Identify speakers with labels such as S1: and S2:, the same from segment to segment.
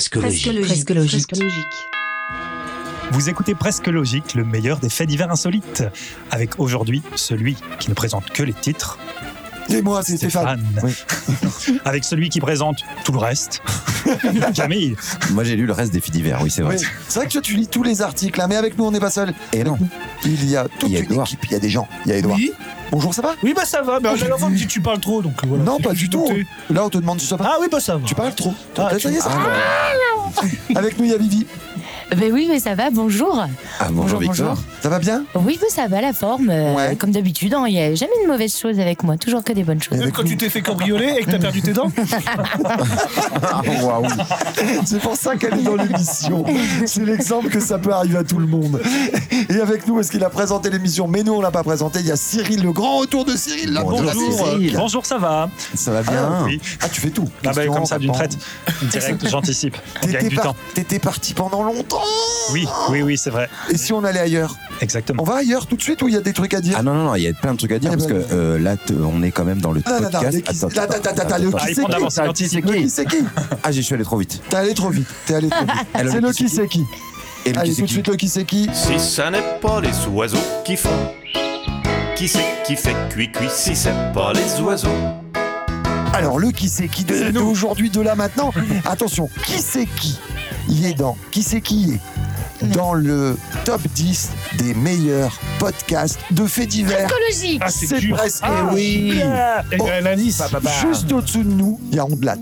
S1: Euh,
S2: Presque logique.
S3: Presque logique.
S2: Presque logique.
S4: Vous écoutez Presque Logique, le meilleur des faits divers insolites, avec aujourd'hui celui qui ne présente que les titres,
S5: Et moi, c'est Stéphane.
S4: avec celui qui présente tout le reste, Camille.
S6: Moi, j'ai lu le reste des faits divers, oui, c'est vrai.
S5: Oui. C'est vrai que toi, tu lis tous les articles, hein, mais avec nous, on n'est pas seul.
S6: Et non.
S5: Il y a toute
S6: Il y a
S5: une
S6: Edouard.
S5: équipe, il y a des gens, il y a Edouard.
S1: Oui,
S5: Bonjour, ça va Oh,
S1: oui, bah ça va. Mais j'ai l'impression que tu- tu parles trop, donc voilà.
S5: Non,
S1: Je
S5: pas
S1: suis
S5: du tout.
S1: douté.
S5: Là, on te demande si ça va.
S1: Ah oui, bah ça va.
S5: Tu parles trop.
S1: Ah,
S5: Ça
S1: tu-
S5: y est, ça va. Avec nous, il y a Vivi.
S3: Ben oui, mais ça va, bonjour.
S6: Ah, bonjour,
S3: Bonjour,
S6: Victor.
S5: Ça va bien
S3: Oui, mais ça va, la forme. euh,
S5: Ouais.
S3: Comme d'habitude, hein, il n'y a jamais de mauvaises choses avec moi, toujours que des bonnes choses.
S1: Même quand tu t'es fait cambrioler et que t'as perdu tes dents
S6: Ah, waouh.
S5: C'est pour ça qu'elle est dans l'émission. C'est l'exemple que ça peut arriver à tout le monde. Et avec nous, est-ce qu'il a présenté l'émission Mais nous, on l'a pas présenté. Il y a Cyril, le grand retour de Cyril. La
S6: Bonjour,
S5: bande à
S4: Bonjour,
S5: Cyril.
S6: Cécile.
S4: euh, bonjour, ça va
S6: Ça va
S5: Ah,
S6: bien.
S4: Oui.
S5: Ah, tu fais tout.
S4: Ah bah,
S5: Question,
S4: comme ça, d'une
S5: réponse.
S4: traite. Direct, j'anticipe. On gagne
S5: T'étais
S4: du
S5: par-
S4: temps.
S5: T'étais parti pendant longtemps.
S4: Oui, oui, oui, c'est vrai.
S5: Et si on allait ailleurs
S4: Exactement.
S5: On va ailleurs tout de suite ou il y a des trucs à dire
S6: Ah non, non, non, il y a plein de trucs à dire
S5: Eh
S6: parce que
S5: ben,
S6: euh, là, t- on est quand même dans le
S5: Ah, Non, non, non,
S6: podcast.
S5: mais qui- là, attends, attends, le
S4: Ah,
S5: qui
S4: il
S5: c'est
S4: prend de
S5: qui
S4: l'avance, c'est
S6: Ah,
S4: gentil.
S6: c'est
S5: Le
S6: qui
S5: qui c'est qui
S6: Ah, j'ai- je suis allé trop vite.
S5: T'es allé trop vite. T'es allé trop vite.
S6: Alors,
S5: C'est le qui c'est qui.
S6: Et le
S5: Allez,
S6: qui c'est
S5: tout de
S6: qui
S5: suite le qui c'est qui.
S7: Si ça n'est pas les oiseaux qui font, qui c'est qui fait cuit-cuit si c'est pas les oiseaux
S5: Alors le qui c'est qui
S1: Euh,
S5: de nous aujourd'hui, de là maintenant. Attention, qui c'est qui Il est dans qui c'est qui est dans le top 10 des meilleurs podcasts de faits divers.
S3: Logique.
S1: Ah, c'est
S5: C'est
S1: dur.
S5: presque.
S1: Ah,
S5: eh oui. Oh,
S1: Ah, Et il y a un indice.
S5: Juste au-dessous de nous, il y a Ondelat.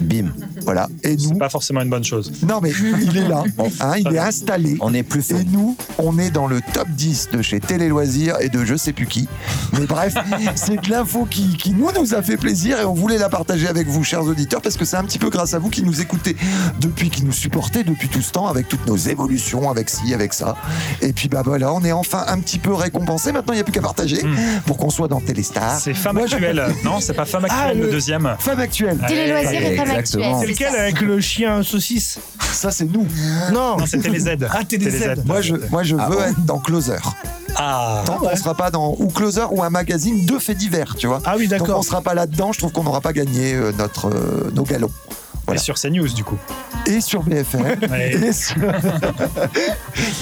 S6: Bim.
S5: Voilà. Et nous,
S4: C'est pas forcément une bonne chose.
S5: non mais il est là, hein, il est installé.
S6: On est plus
S5: Et
S6: fun.
S5: nous, on est dans le top 10 de chez Télé Loisirs et de je sais plus qui. Mais bref, c'est de l'info qui, qui nous, nous a fait plaisir et on voulait la partager avec vous, chers auditeurs, parce que c'est un petit peu grâce à vous qui nous écoutez depuis, qui nous supportez depuis tout ce temps avec toutes nos évolutions, avec ci, avec ça. Et puis bah voilà, on est enfin un petit peu récompensé. Maintenant, il n'y a plus qu'à partager
S6: Hmm.
S5: pour qu'on soit dans Téléstar.
S4: C'est Femme
S5: Ah. Moi, je- Ah,
S4: Actuelle. Non, c'est pas Femme Actuelle, le
S5: le-
S4: deuxième.
S5: Femme actuelle,
S3: Télé loisirs et femmes
S6: Exactement.
S3: actuelles.
S1: C'est
S3: c'est
S1: lequel
S3: ça.
S1: avec le chien saucisse
S5: ça c'est nous.
S1: Non,
S4: Non, c'était les Z.
S1: Ah, t'es des Z.
S5: Moi je, moi, je veux être dans Closer.
S4: Ah,
S5: Tant qu'on sera pas dans ou Closer ou un magazine de faits divers, tu vois.
S1: Ah oui,
S5: Donc on
S1: d'accord.
S5: sera pas là-dedans, je trouve qu'on n'aura pas gagné euh, notre, euh, nos galons.
S4: et
S5: Voilà.
S4: sur CNews, du coup.
S5: Et sur BFM.
S4: Ouais.
S5: et sur-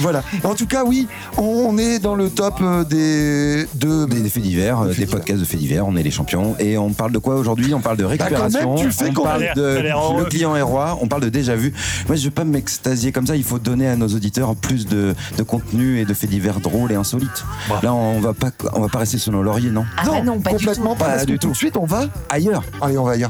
S5: voilà. En tout cas, oui, on est dans le top euh, des de.
S6: Des, des faits divers, euh,
S5: faits
S6: des
S5: divers. Bah,
S6: podcasts de faits divers, on est les champions. Et on parle de quoi aujourd'hui On parle de
S5: quand même,
S6: récupération,
S5: tu fais
S6: on
S5: qu'on
S6: parle
S4: a l'air-
S6: de
S4: t'as l'air heureux.
S6: le client est roi, on parle de déjà vu. Moi, je veux pas m'extasier comme ça, il faut donner à nos auditeurs plus de, de contenu et de faits divers drôles et insolites.
S4: Bravo.
S6: Là, on va pas on va pas rester sur nos lauriers, non
S3: Ah bah non, pas du tout.
S5: complètement pas.
S6: Pas
S5: parce que
S6: du
S5: tout. de
S6: tout.
S5: suite, on va.
S6: Ailleurs
S5: Allez, on va ailleurs.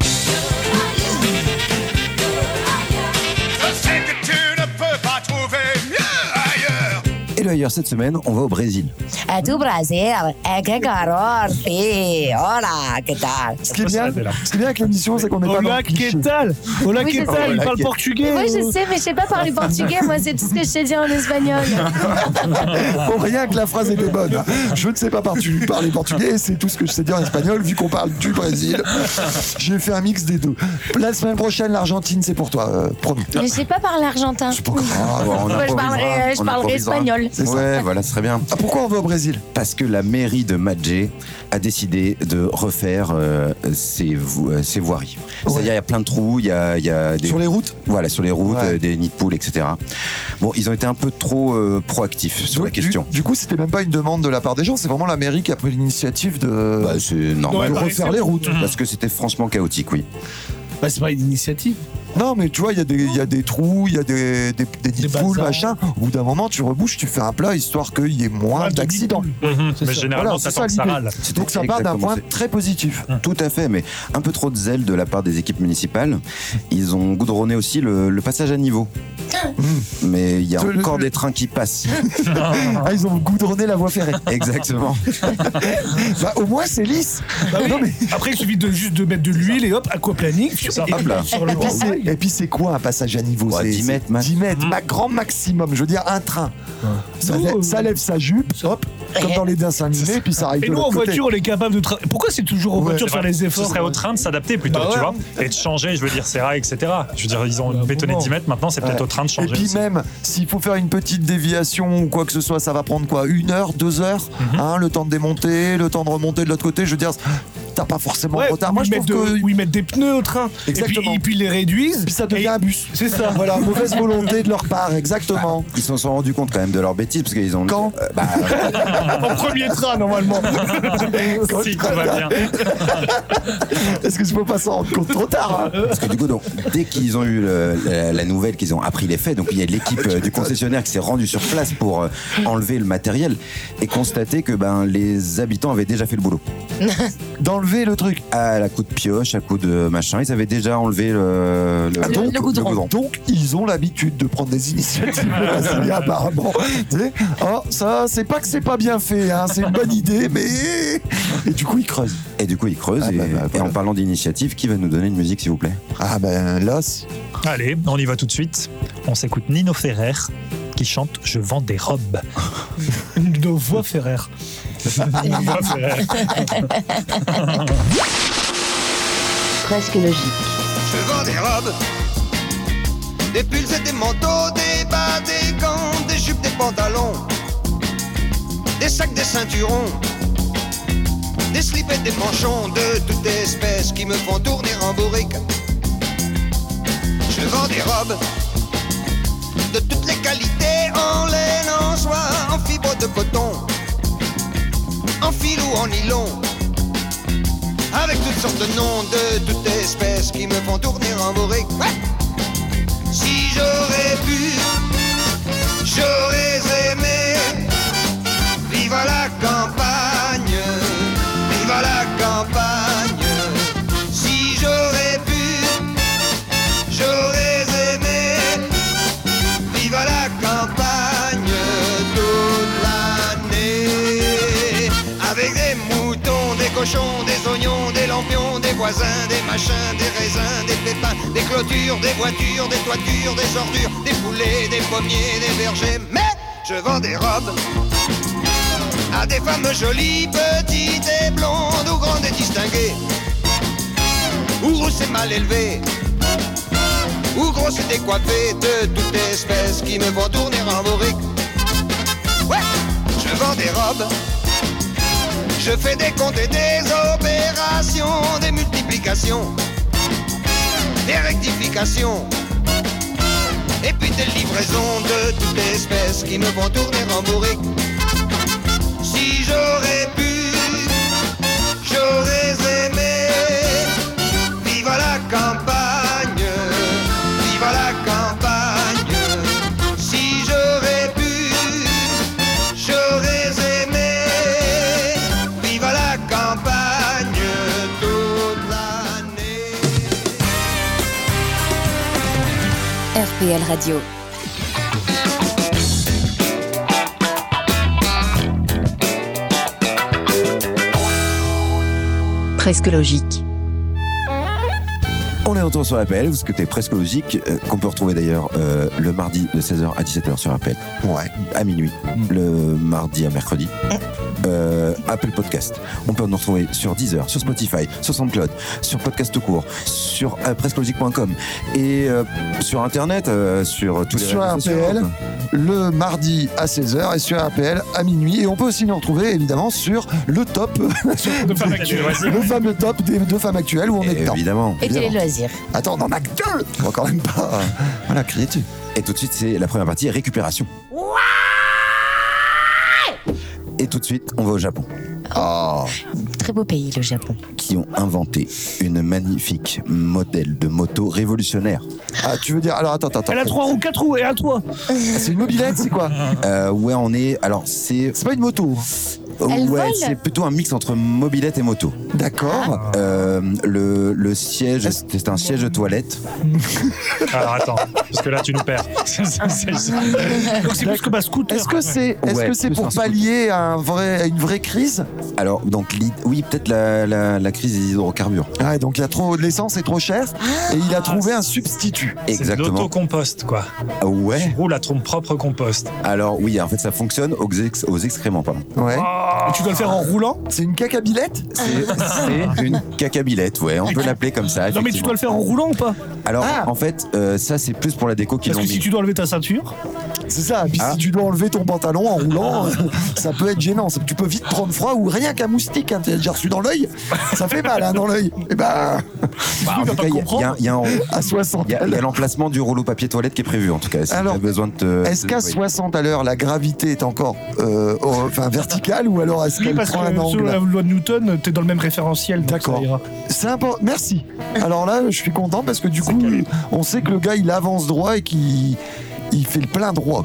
S6: Et le ailleurs cette semaine, on va au Brésil.
S3: A tu Brasil, eh, que calor, sí. Hola, ¿qué tal?
S5: Ce qui est
S4: peut
S5: bien,
S4: s'arrêter Ah, là.
S5: ce qui est bien avec l'émission, c'est qu'on n'est pas dans
S1: Hola,
S5: le cliché.
S1: que tal Hola,
S3: Oui,
S1: que
S3: c'est
S1: tal
S3: ça.
S1: Il
S5: Hola,
S1: parle
S5: que-
S1: portugais
S3: Moi, je
S1: ou-
S3: sais, mais je sais pas parler portugais. Moi, c'est tout ce que je sais dire en espagnol.
S5: Bon, rien que la phrase était bonne. hein. Je ne sais pas par- tu- parler portugais, c'est tout ce que je sais dire en espagnol, vu qu'on parle du Brésil. J'ai fait un mix des deux. La semaine prochaine, l'Argentine, c'est pour toi, euh, promis.
S3: Mais je sais pas parler argentin.
S5: Je sais pas comment-
S6: Ah,
S3: Moi,
S6: on
S3: je
S6: improvisera,
S3: parlerai, euh, je
S6: on
S3: parlerai
S6: improvisera.
S3: espagnol.
S5: C'est ça.
S6: Ouais, voilà, ce serait bien.
S5: Ah, pourquoi on va au Brésil
S6: Parce que la mairie de Madjé a décidé de refaire euh, ses, vo- euh, ses voiries. C'est-à-dire, il y a plein de trous, il y a, il y a des.
S5: Sur les routes
S6: Voilà, sur les routes,
S5: Ouais.
S6: euh, des nids de poules, etc. Bon, ils ont été un peu trop euh, proactifs sur la
S5: Donc, du-
S6: question.
S5: Du, coup, c'était même pas une demande de la part des gens, c'est vraiment la mairie qui a pris l'initiative de.
S6: Bah, c'est normal.
S5: de
S1: bah,
S5: refaire
S1: c'est-
S5: les routes.
S6: Parce que c'était franchement chaotique, oui.
S1: Bah, c'est pas une initiative.
S5: Non, mais tu vois, il y, a des- il y a des trous, il y a des, des, des, nids de
S1: bazars.
S5: poules, machin. Au bout d'un moment, tu rebouches, tu fais un plat histoire qu'il y ait moins
S1: Ah, de
S5: d'accidents.
S1: Lidl.
S4: Mhm.
S1: C'est
S4: Mais
S1: ça.
S4: généralement,
S5: Voilà, c'est
S4: t'attends que
S5: ça
S4: ça
S5: l'idée.
S4: râle. Hum.
S5: Donc ça part d'un
S6: Exactement,
S5: point
S6: c'est-
S5: très positif.
S6: Tout à fait, mais un peu trop de zèle de la part des équipes municipales. Ils ont goudronné aussi le, le passage à niveau. Mais il y a
S5: Hum. Le-
S6: encore
S5: le-
S6: des trains qui passent.
S5: Ah, ils ont goudronné la voie ferrée.
S6: Exactement.
S5: Bah, au moins, c'est lisse.
S1: Bah oui.
S5: Non, mais-
S1: Après, il suffit de, juste de mettre de l'huile et hop, aquaplaning.
S4: ça.
S1: Et-
S6: Hop là.
S1: Sur le
S5: Et puis, c'est- Et puis c'est quoi un passage à niveau
S6: Ouais,
S5: C'est-
S6: 10
S5: c'est
S6: mètres, max.
S5: 10 mètres, ma grand maximum. Je veux dire, un train. Ça,
S1: Nous,
S5: lève,
S1: euh,
S5: ça lève sa jupe, hop, comme dans les dessins animés, puis ça arrive
S1: Et
S5: de
S1: nous, en
S5: l'autre côté.
S1: voiture, on est capable de. tra- Pourquoi c'est toujours en
S5: Ouais,
S1: voiture de
S4: C'est
S1: faire
S4: vrai.
S1: les efforts
S4: Ce serait au train de s'adapter plutôt,
S1: Bah ouais.
S4: tu vois, et de changer, je veux dire, ses rails, etc. Je veux dire, ils
S1: Bah,
S4: ont bétonné
S1: bon.
S4: 10 mètres, maintenant c'est peut-être
S5: Ouais.
S4: au train de
S5: Et
S4: changer.
S5: puis
S4: aussi.
S5: même, s'il faut faire une petite déviation ou quoi que ce soit,
S1: Mhm.
S5: ça va prendre quoi Une heure, deux heures hein, Le temps de démonter, le temps de remonter de l'autre côté. Je veux dire, t'as pas forcément
S1: Ouais,
S5: de retard. Moi,
S1: où
S5: je
S1: ils
S5: trouve
S1: mettent de-
S5: que.
S1: où ils mettent des pneus au train. Et
S5: Exactement.
S1: puis, et puis ils les réduisent.
S5: Puis ça devient
S1: Et-
S5: un bus.
S1: C'est ça.
S5: Voilà, mauvaise volonté de leur part, exactement.
S6: Ils s'en sont rendus compte quand même de leur bêtise parce qu'ils ont.
S5: Quand
S6: Euh, bah,
S1: Au premier train, normalement.
S4: Si, tout va bien.
S5: Est-ce que je peux pas s'en rendre compte trop tard hein
S6: Parce que du coup, donc, euh, dès qu'ils ont eu le- la, la nouvelle, qu'ils ont appris les faits, donc il y a l'équipe euh, du concessionnaire qui s'est rendue sur place pour euh, enlever le matériel et constater que ben, les habitants avaient déjà fait le boulot.
S5: hein D'enlever le truc.
S6: À la Ah, coup de pioche, à coup de machin, ils avaient déjà enlevé le, le,
S5: Ah,
S6: le
S5: donc, donc, ils ont l'habitude de prendre des initiatives. Voilà, c'est bien, apparemment. Tu sais, oh, ça, c'est pas que c'est pas bien fait, hein, c'est une bonne idée, mais. Et du coup, ils creusent.
S6: Et du coup, ils creusent.
S5: Ah,
S6: et,
S5: bah, bah,
S6: et
S5: voilà.
S6: en parlant d'initiative, qui va nous donner une musique, s'il vous plaît
S5: Ah ben, l'os.
S4: Allez, on y va tout de suite. On s'écoute Nino Ferrer qui chante Je vends des robes.
S1: Nos voix Ferrer.
S2: presque logique.
S8: Je vends des robes, des pulls et des manteaux, des bas, des gants, des jupes, des pantalons, des sacs, des ceinturons, des slips et des manchons de toutes espèces qui me font tourner en bourrique. Je vends des robes de toutes les qualités, en laine, en soie, en fibre de coton, en fil ou en nylon avec toutes sortes de noms de toutes espèces qui me font tourner en bourrique. Ouais. Si j'aurais pu, j'aurais aimé vivre à la campagne, vivre à la campagne. Si j'aurais pu, j'aurais aimé vivre à la campagne toute l'année. Avec des moutons, des cochons, des oignons, des lampions, des voisins, des machins, des raisins, des pépins, des clôtures, des voitures, des toitures, des ordures, des poulets, des pommiers, des vergers. Mais je vends des robes à des femmes jolies, petites et blondes ou grandes et distinguées. Ou rousses et mal élevées, ou grosse et décoiffée de toutes espèces qui me font tourner en bourrique. Ouais, je vends des robes, je fais des comptes et des opérations, des multiplications, des rectifications, et puis des livraisons de toutes espèces qui me font tourner en bourrique. Si j'aurais pu, j'aurais aimé Vive la campagne, vive la campagne. Si j'aurais pu, j'aurais aimé. Vive la campagne toute l'année.
S9: RPL Radio. Presque logique.
S6: On est de retour sur Appel, parce que t'es presque logique, euh, qu'on peut retrouver d'ailleurs euh, le mardi de 16h à 17h sur Appel.
S5: Ouais. Mm.
S6: à minuit, le mardi à mercredi. Euh, Apple Podcast. On peut nous retrouver sur Deezer, sur Spotify, sur SoundCloud, sur Podcast tout court, sur euh, presquelogique.com et euh, sur Internet, euh, sur tous les
S5: Sur
S6: réseaux sociaux.
S5: RTL. Le mardi à 16h et sur APL à minuit. Et on peut aussi nous retrouver évidemment sur le top, le fameux top des deux femmes actuelles où on est dedans.
S6: Évidemment.
S3: Et télé loisirs.
S5: Attends, on en a que deux On va quand même pas. euh, Voilà, crier dessus.
S6: Et tout de suite, c'est la première partie, récupération. et tout de suite, on va au Japon,
S5: Oh.
S3: Très beau pays, le Japon.
S6: qui ont inventé une magnifique modèle de moto révolutionnaire.
S5: Ah, tu veux dire. Alors attends, attends,
S1: Elle a
S5: attends. Ah,
S1: trois roues, quatre roues et un toit.
S5: C'est une mobilette, c'est quoi
S6: Euh, ouais, on est. Alors, c'est
S5: C'est pas une moto.
S6: Ouais,
S9: Elle vole
S6: c'est plutôt un mix entre mobilette et moto.
S5: D'accord.
S6: Euh, le, le siège, c'était un siège de toilette.
S4: Alors attends, parce que là tu nous perds. C'est- c'est- c'est-
S1: Donc c'est plus comme un scooter.
S5: Est-ce que c'est est
S6: Ouais,
S5: -ce c'est
S6: plus
S5: pour
S6: un scooter.
S5: pallier à, un vrai, à une vraie crise
S6: Alors, donc, l'id- oui, peut-être la, la- la crise des hydrocarbures.
S5: Ouais, Ah, donc il y a trop. L'essence est trop chère et il a trouvé un substitut.
S4: C'est de
S6: Exactement.
S4: l'autocompost, quoi.
S6: Ah Ouais.
S4: Tu roules à ton propre compost.
S6: Alors, oui, en fait, ça fonctionne aux, ex- aux excréments, pardon.
S5: Ouais.
S4: Oh,
S1: Et tu dois le faire en roulant
S5: C'est une cacabilette
S6: C'est c'est une cacabilette, ouais, on peut l'appeler comme ça.
S1: Non mais tu
S6: effectivement.
S1: dois le faire en roulant ou pas
S6: Alors,
S5: Ah.
S6: en fait, euh, ça, c'est plus pour la déco qu'ils
S1: Parce
S6: l'ont
S1: que si
S6: mis.
S1: tu dois enlever ta ceinture,
S5: C'est ça. Puis
S6: Ah.
S5: si tu dois enlever ton pantalon en roulant, ça peut être gênant. Ça- Tu peux vite prendre froid ou rien qu'un moustique, hein, t'as déjà reçu dans l'œil. Ça fait mal hein, dans l'œil. Et
S1: Bah,
S5: ben,
S6: En tout cas, il y a- il y a- il y a un-
S5: à 60.
S6: il y a- il y a l'emplacement du rouleau papier toilette qui est prévu, en tout cas. Si
S5: Alors,
S6: t'as besoin Euh, de te-
S5: Est-ce qu'à
S6: oui.
S5: 60 à l'heure, la gravité est encore euh, au- enfin, verticale ou alors est-ce
S1: oui,
S5: qu'elle
S1: parce que
S5: prend un
S1: selon la
S5: angle
S1: loi de Newton, t'es dans le même référentiel. donc
S5: D'accord.
S1: ça ira.
S5: C'est important. Merci. Alors là, je suis content parce que du coup, on sait que le gars, il avance droit et qu'il il fait le plein droit.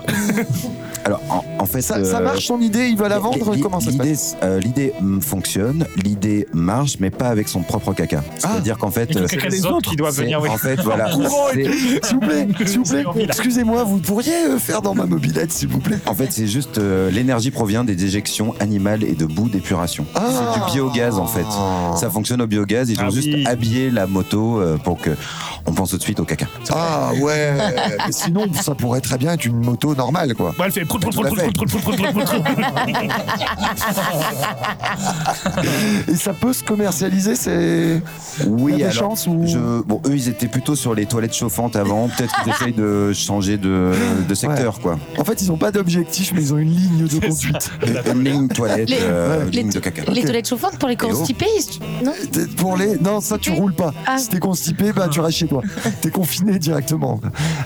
S6: Alors, en, en fait,
S5: Ça, ça
S6: euh,
S5: marche son idée Il va la vendre
S6: L'i-
S5: Comment ça se passe
S6: l'idée, euh, L'idée mm, fonctionne, l'idée marche, mais pas avec son propre caca. C'est-à-dire qu'en fait,
S4: Et
S6: euh,
S4: que
S1: caca
S4: les
S1: des
S4: autres
S1: autres,
S4: qui doivent
S6: c'est-
S4: venir. oui.
S6: en fait, voilà, c'est-
S5: S'il vous plaît, s'il vous
S4: C'est
S5: plaît,
S4: horrible.
S5: excusez-moi, vous pourriez euh, faire dans ma mobilette, s'il vous plaît
S6: en fait, c'est juste euh, l'énergie provient des déjections animales et de boue d'épuration.
S5: Ah.
S6: C'est du biogaz en fait. Ça fonctionne au biogaz. Ils ont
S4: Ah
S6: juste
S4: oui.
S6: habillé la moto euh, pour que on pense tout de suite au caca.
S5: Ah ouais Mais Sinon, ça pourrait très bien être une moto normale, quoi.
S1: Bah, elle fait prout, prout,
S6: Tout à
S1: prout,
S6: fait.
S1: prout, prout, prout, prout, prout, prout.
S5: Et ça peut se commercialiser, c'est...
S6: Oui,
S5: Il y a des
S6: alors,
S5: chances ou-
S6: je- Euh, bon, eux, ils étaient plutôt sur les toilettes chauffantes avant. Peut-être qu'ils essayent de changer de, de secteur, quoi.
S5: En fait, ils n'ont pas d'objectif, mais ils ont une ligne de conduite.
S6: Une ligne toilette,
S10: Les-
S6: euh,
S5: Ouais.
S6: ligne
S10: les
S6: de caca.
S10: Les
S5: Ok.
S10: toilettes chauffantes pour les
S6: oh.
S10: constipés ils- Non
S5: Pour les... Non, ça, tu roules pas.
S10: Ah.
S5: Si t'es constipé, bah, tu restes chez toi. T'es confiné directement.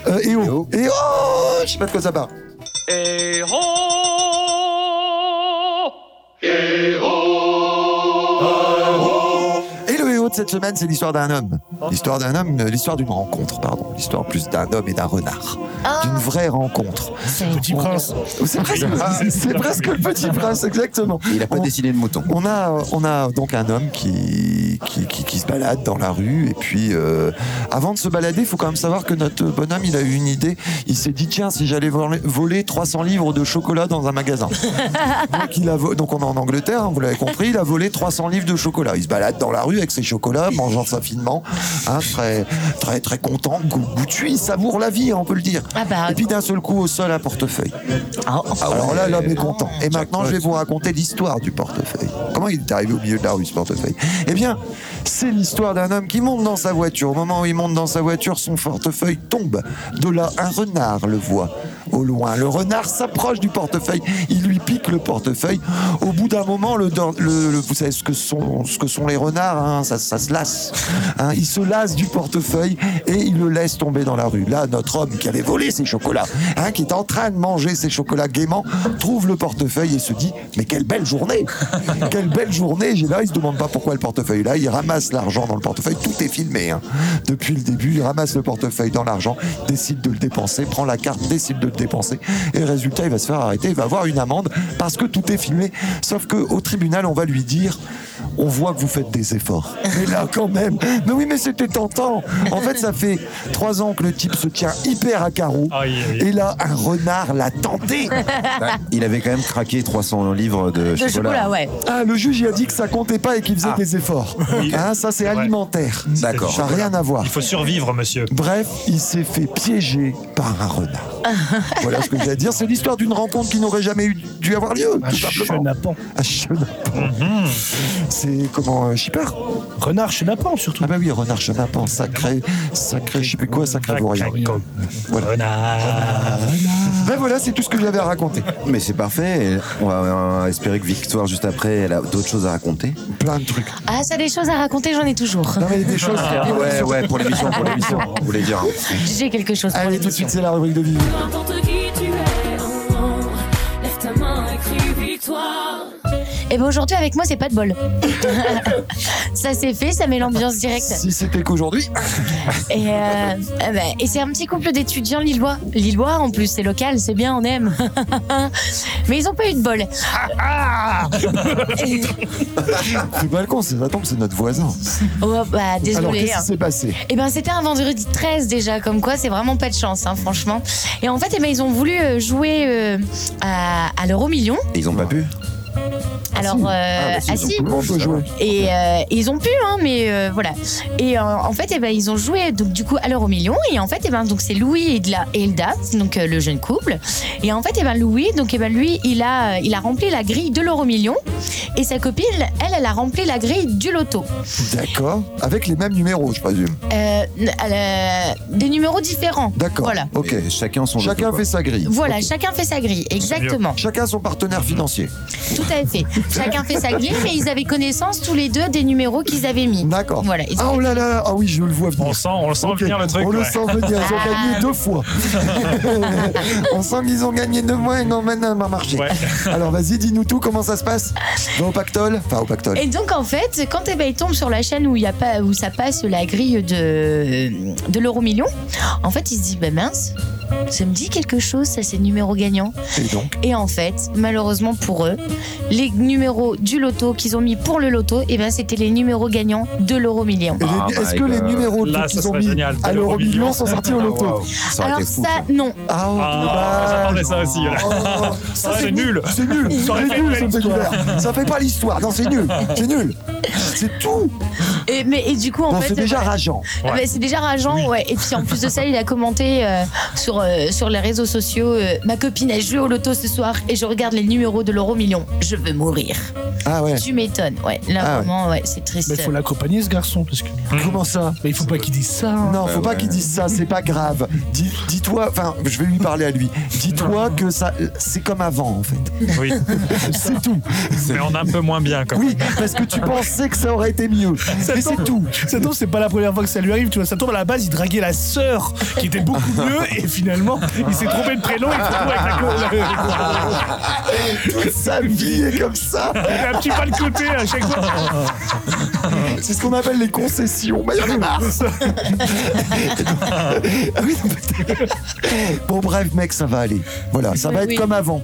S5: Euh, et oh Et oh Je sais pas de quoi ça parle.
S11: Eh,
S5: Et le héros de cette semaine, c'est l'histoire d'un homme. L'histoire d'un homme, euh, l'histoire d'une rencontre, pardon. L'histoire plus d'un homme et d'un renard. D'une vraie rencontre.
S10: C'est
S1: Petit prince.
S5: C'est presque, c'est presque le petit prince, exactement.
S6: Ah,
S5: Oh.
S6: Il n'a pas
S5: On-
S6: dessiné de mouton.
S5: on a, on a donc un homme qui, qui, qui- qui se balade dans la rue. Et puis, euh, avant de se balader, il faut quand même savoir que notre bonhomme, il a eu une idée. Il s'est dit, tiens, si j'allais voler, voler 300 livres de chocolat dans un magasin. donc, il a, vo- donc, on est en Angleterre, hein, vous l'avez compris, il a volé 300 livres de chocolat. Il se balade dans la rue avec ses chocolats, mangeant ça finement, hein, très, très, très content, goût- goûtu. Il savoure la vie, hein, on peut le dire.
S10: Ah bah. Ah, oh.
S5: Et puis, d'un seul coup, au sol, un portefeuille. Alors là, l'homme est content. Et maintenant, je vais vous raconter l'histoire du portefeuille. Comment il est arrivé au milieu de la rue, ce portefeuille Eh bien, c'est l'histoire d'un homme qui monte dans sa voiture. Au moment où il monte dans sa voiture, son portefeuille tombe. De là, un renard le voit au loin. Le renard s'approche du portefeuille. Il lui pique le portefeuille. Au bout d'un moment, le, dor- le- le- vous savez ce que sont, ce que sont les renards, hein, ça, ça se lasse. hein. il se lasse du portefeuille et il le laisse tomber dans la rue. Là, notre homme qui avait volé ses chocolats, hein, qui est en train de manger ses chocolats gaiement, trouve le portefeuille et se dit Mais quelle belle journée Quelle belle journée J'ai là, il se demande pas pourquoi le portefeuille est là. Il ramasse l'argent dans le portefeuille. Tout est filmé. hein. Depuis le début, il ramasse le portefeuille dans l'argent, décide de le dépenser, prend la carte, décide de le dépenser. Et résultat, il va se faire arrêter, il va avoir une amende parce que tout est filmé. Sauf que au tribunal, on va lui dire on voit que vous faites des efforts. Mais là, quand même. Mais oui, mais c'était tentant. En fait, ça fait trois ans que le type se tient hyper à carreau.
S4: Aïe, aïe, aïe.
S5: Et là, un renard l'a tenté.
S6: Bah, il avait quand même craqué 300 livres
S3: De
S6: de,
S3: chocolat, ouais.
S5: Ah, le juge, il a dit que ça comptait pas et qu'il faisait des efforts.
S4: Ah. Oui.
S5: Hein, ça, c'est
S4: C'est vrai.
S5: alimentaire.
S6: D'accord.
S5: Ça n'a rien à voir.
S4: Il faut survivre, monsieur.
S5: Bref, il s'est fait piéger par un renard. voilà ce que j'ai à dire. C'est l'histoire d'une rencontre qui n'aurait jamais eu- dû avoir lieu.
S1: Un
S5: tout simplement.
S1: chenapan. Mhm.
S5: Un chenapan. C'est comment euh, Schipper
S1: Renard chenapan, surtout.
S5: Ah bah oui, renard chenapan, sacré, sacré, je sais plus quoi, sacré vaurien. Voilà.
S4: Renard.
S5: Ben voilà, c'est tout ce que j'avais à raconter.
S6: Mais c'est parfait. On va euh, espérer que Victoire, juste après, elle a d'autres choses à raconter.
S5: Plein de trucs.
S10: Ah, ça a des choses à raconter, j'en ai toujours.
S5: Non mais il y a des choses.
S6: Ah, Ouais, ouais, pour l'émission, pour l'émission. Vous voulez dire.
S10: J'ai quelque chose pour
S5: Allez, tout de
S10: l'émission.
S5: suite, c'est la rubrique de vie.
S10: Et ben aujourd'hui, avec moi, c'est pas de bol. ça c'est fait, ça met l'ambiance directe.
S5: Si c'était qu'aujourd'hui,
S10: Et, euh, eh ben, et c'est un petit couple d'étudiants lillois. Lillois, en plus, c'est local, c'est bien, on aime. Mais ils ont pas eu de bol. Et-
S5: le balcon, c'est attends, c'est notre voisin.
S10: oh, bah,
S5: Alors
S10: désolé.
S5: qu'est-ce qui s'est passé
S10: Et ben c'était un vendredi 13 déjà, comme quoi c'est vraiment pas de chance, hein, franchement. Et en fait, eh ben, ils ont voulu euh, jouer euh, à, à l'euro million.
S6: Ils ont pas pu
S10: Alors, euh, ah, si, Et euh, ils ont pu, hein, mais euh, voilà. Et euh, en fait, eh ben, ils ont joué donc du coup à l'heure au million. Et en fait, eh ben, donc c'est Louis et, de la, et Hilda, c'est donc euh, le jeune couple. Et en fait, eh ben, Louis, donc eh ben, lui, il a, euh, il a rempli la grille de l'euro million. Et sa copine, elle, elle a rempli la grille du loto.
S5: D'accord. Avec les mêmes numéros, je présume.
S10: Euh, elle, euh, des numéros différents.
S5: D'accord.
S10: Voilà.
S5: Ok.
S6: Chacun son.
S5: Chacun fait sa grille.
S10: Voilà, chacun fait sa grille, exactement.
S5: Chacun son partenaire financier.
S10: Tout à fait. Chacun fait sa grille, mais ils avaient connaissance tous les deux des numéros qu'ils avaient mis.
S5: D'accord.
S10: Voilà. Ils
S5: Ah oh là là, ah oui, je le vois venir.
S4: On sent, on le sent
S5: Ok,
S4: venir le truc.
S5: On le
S4: ouais.
S5: sent venir, ils ont gagné deux fois. on sent qu'ils ont gagné deux fois et non, maintenant, m'a marché.
S4: Ouais.
S5: Alors vas-y, dis-nous tout, comment ça se passe Va au pactole Enfin, au pactole.
S10: Et donc en fait, quand eh ben, il tombe sur la chaîne où, il y a pas, où ça passe la grille de, de l'euro million, en fait il se dit, bah mince, ça me dit quelque chose, ça c'est numéro gagnant.
S5: Et donc
S10: Et en fait, malheureusement pour eux, les numéros du loto qu'ils ont mis pour le loto, eh ben, c'était les numéros gagnants de l'euro million.
S5: Et les-
S6: Ah,
S5: Est-ce
S6: my
S5: que les
S6: God.
S5: numéros
S4: Là, ça
S5: qu'ils ont
S4: serait
S5: mis
S4: génial.
S5: à l'euro million sont sortis au loto
S6: Ça aurait
S10: Alors
S6: été fou.
S10: ça, non.
S5: Ah, oh,
S4: Ah, j'attendais ça aussi.
S5: dommage. Oh,
S4: Ça, c'est nul.
S5: C'est nul,
S4: Ça aurait
S5: c'est
S4: fait une
S5: nul
S4: belle
S5: ce truc là. Ça fait pas l'histoire, non c'est nul, c'est nul. C'est tout.
S10: Et, mais, et du coup, en
S5: Bon,
S10: fait.
S5: c'est déjà
S10: voilà.
S5: rageant.
S10: Ah bah,
S4: Ouais.
S10: c'est déjà rageant, ouais. Et puis en plus de ça, il a commenté euh, sur, euh, sur les réseaux sociaux euh, Ma copine a joué au loto ce soir et je regarde les numéros de l'euro million. Je veux mourir.
S5: Ah ouais.
S10: Tu m'étonnes, ouais. Là,
S5: Ah ouais.
S10: vraiment, ouais, c'est triste.
S1: Mais il faut l'accompagner ce garçon parce que.
S5: Comment ça
S1: Mais il faut pas qu'il dise ça. hein.
S5: Mmh. Non, faut
S6: Ouais,
S5: pas
S6: ouais.
S5: qu'il dise ça, c'est pas grave. Dis- Dis-toi, enfin, je vais lui parler à lui. Dis-toi que ça, c'est comme avant en fait.
S4: Oui,
S5: C'est tout.
S4: mais on a un peu moins bien quand même.
S5: Oui, parce que tu pensais que ça aurait été mieux.
S1: Ça
S5: Mais
S1: tombe-
S5: c'est tout.
S1: Ça tombe, c'est pas la première fois que ça lui arrive, tu vois. Ça tombe à la base, il draguait la sœur qui était beaucoup mieux et finalement, il s'est trompé de prénom et il se retrouve avec la co-
S5: Toute sa vie est comme ça.
S1: Il a un petit pas de côté à chaque fois.
S5: C'est ce qu'on appelle les concessions. Mais il y en a marre. Ah oui, non, mais- bon, bref, mec, ça va aller. Voilà, ça va
S10: Oui,
S5: être
S10: oui.
S5: comme avant.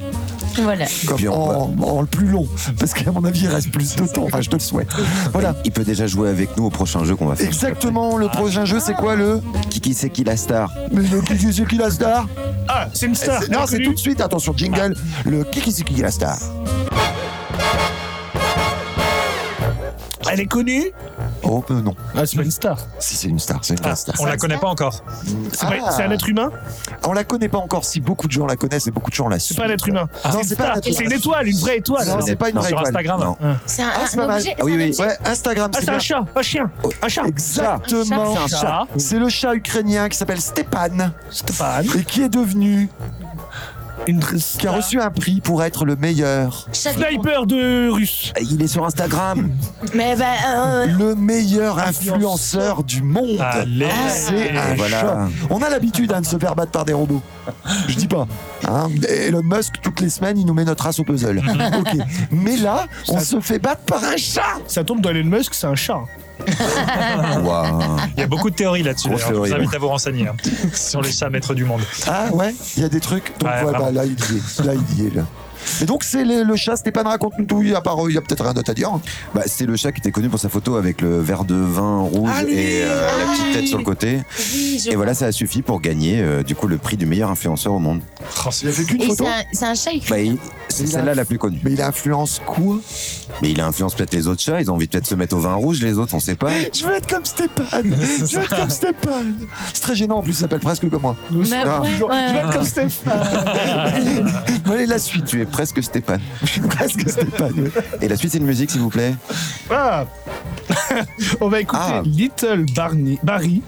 S10: Voilà.
S5: Comme
S6: puis on
S5: en, en le plus long. Parce qu'à mon avis, il reste plus de temps. Enfin, je te le souhaite. Voilà.
S6: Il peut déjà jouer avec nous au prochain jeu qu'on va faire.
S5: Exactement, le prochain jeu, c'est quoi le
S6: Qui, qui c'est qui la star
S5: Mais le qui qui c'est qui la star
S1: Ah, c'est une star. Ah.
S5: Non, c'est tout de suite, attention, jingle, le qui qui c'est qui la star
S1: Elle est connue
S5: Oh, euh, non.
S1: Ah, c'est pas une star.
S5: Si, c'est une star, c'est
S1: Ah,
S5: une vraie star.
S4: On la connaît pas encore.
S1: C'est pas-
S5: Ah.
S1: c'est un être humain
S5: On la connaît pas encore si beaucoup de gens la connaissent et beaucoup de gens la
S1: C'est
S5: suivent. Ah,
S1: pas un être humain.
S5: Non,
S1: une
S5: c'est pas un
S1: star.
S5: être humain.
S1: C'est une étoile, une vraie étoile.
S5: Non, c'est pas une
S4: Non,
S5: vraie
S4: sur
S5: étoile.
S4: Instagram.
S6: Non.
S10: C'est un,
S5: Ah, c'est
S10: un
S5: pas mal.
S10: objet.
S6: Ah oui,
S10: c'est un
S6: oui.
S10: objet.
S5: Ouais, Instagram,
S1: Ah,
S5: c'est
S1: c'est un
S5: bien. Oh,
S1: chat, un chien, un chat.
S5: Exactement.
S1: C'est un chat.
S5: C'est le chat ukrainien qui s'appelle Stepan
S1: Stéphane.
S5: et qui est devenu,
S1: Une
S5: qui a
S1: star.
S5: reçu un prix pour être le meilleur.
S10: Chaque-
S1: Sniper de russe.
S6: Il est sur Instagram.
S10: Mais bah, euh,
S5: Le meilleur influenceur du monde.
S4: Allez.
S5: C'est un
S6: Voilà.
S5: chat. On a l'habitude hein, de se faire battre par des robots. Je dis pas. hein. Elon Musk, toutes les semaines, il nous met notre race au puzzle. Ok. Mais là, on se fait battre par un chat.
S1: Ça tombe dans Elon Musk, c'est un chat.
S6: Waouh.
S4: Il y a beaucoup de théories là-dessus.
S6: Grosse
S4: d'ailleurs. Je vous
S6: théorie,
S4: invite à vous renseigner hein, sur les chats maîtres du monde.
S5: Ah ouais Il y a des trucs. Donc
S4: Ouais,
S5: voilà,
S4: vraiment.
S5: là, il y est. Là, il y est. Là. Et donc, c'est le, le chat, Stéphane, raconte-nous tout. Il y a, pas- il y a peut-être rien d'autre à dire. hein.
S6: Bah, c'est le chat qui était connu pour sa photo avec le verre de vin rouge
S5: Ah, lui
S6: et euh,
S10: Ah,
S6: la petite tête
S10: oui.
S6: sur le côté.
S10: oui, je-
S6: Et voilà, ça a suffi pour gagner euh, du coup le prix du meilleur influenceur au monde.
S4: Oh, c'est-
S5: Il a fait qu'une
S10: Et
S5: photo.
S10: c'est un, c'est un chat écrit.
S6: Bah, il- c'est
S5: Il a-
S6: celle-là la plus connue.
S5: Mais il influence quoi
S6: Mais il influence peut-être les autres chats. Ils ont envie de peut-être se mettre au vin rouge. Les autres, on sait pas.
S5: Je veux être comme Stéphane. Je veux être comme Stéphane. C'est très gênant en plus, il s'appelle presque comme moi.
S10: Bah,
S5: Ah,
S10: ouais, ouais.
S5: comme Stéphane. Bon, allez, la suite.
S6: Tu es presque Stéphane.
S5: Je suis presque Stéphane.
S6: Et la suite, c'est une musique, s'il vous plaît.
S1: Ah. On va écouter
S6: Ah.
S1: Little Barney, Barry.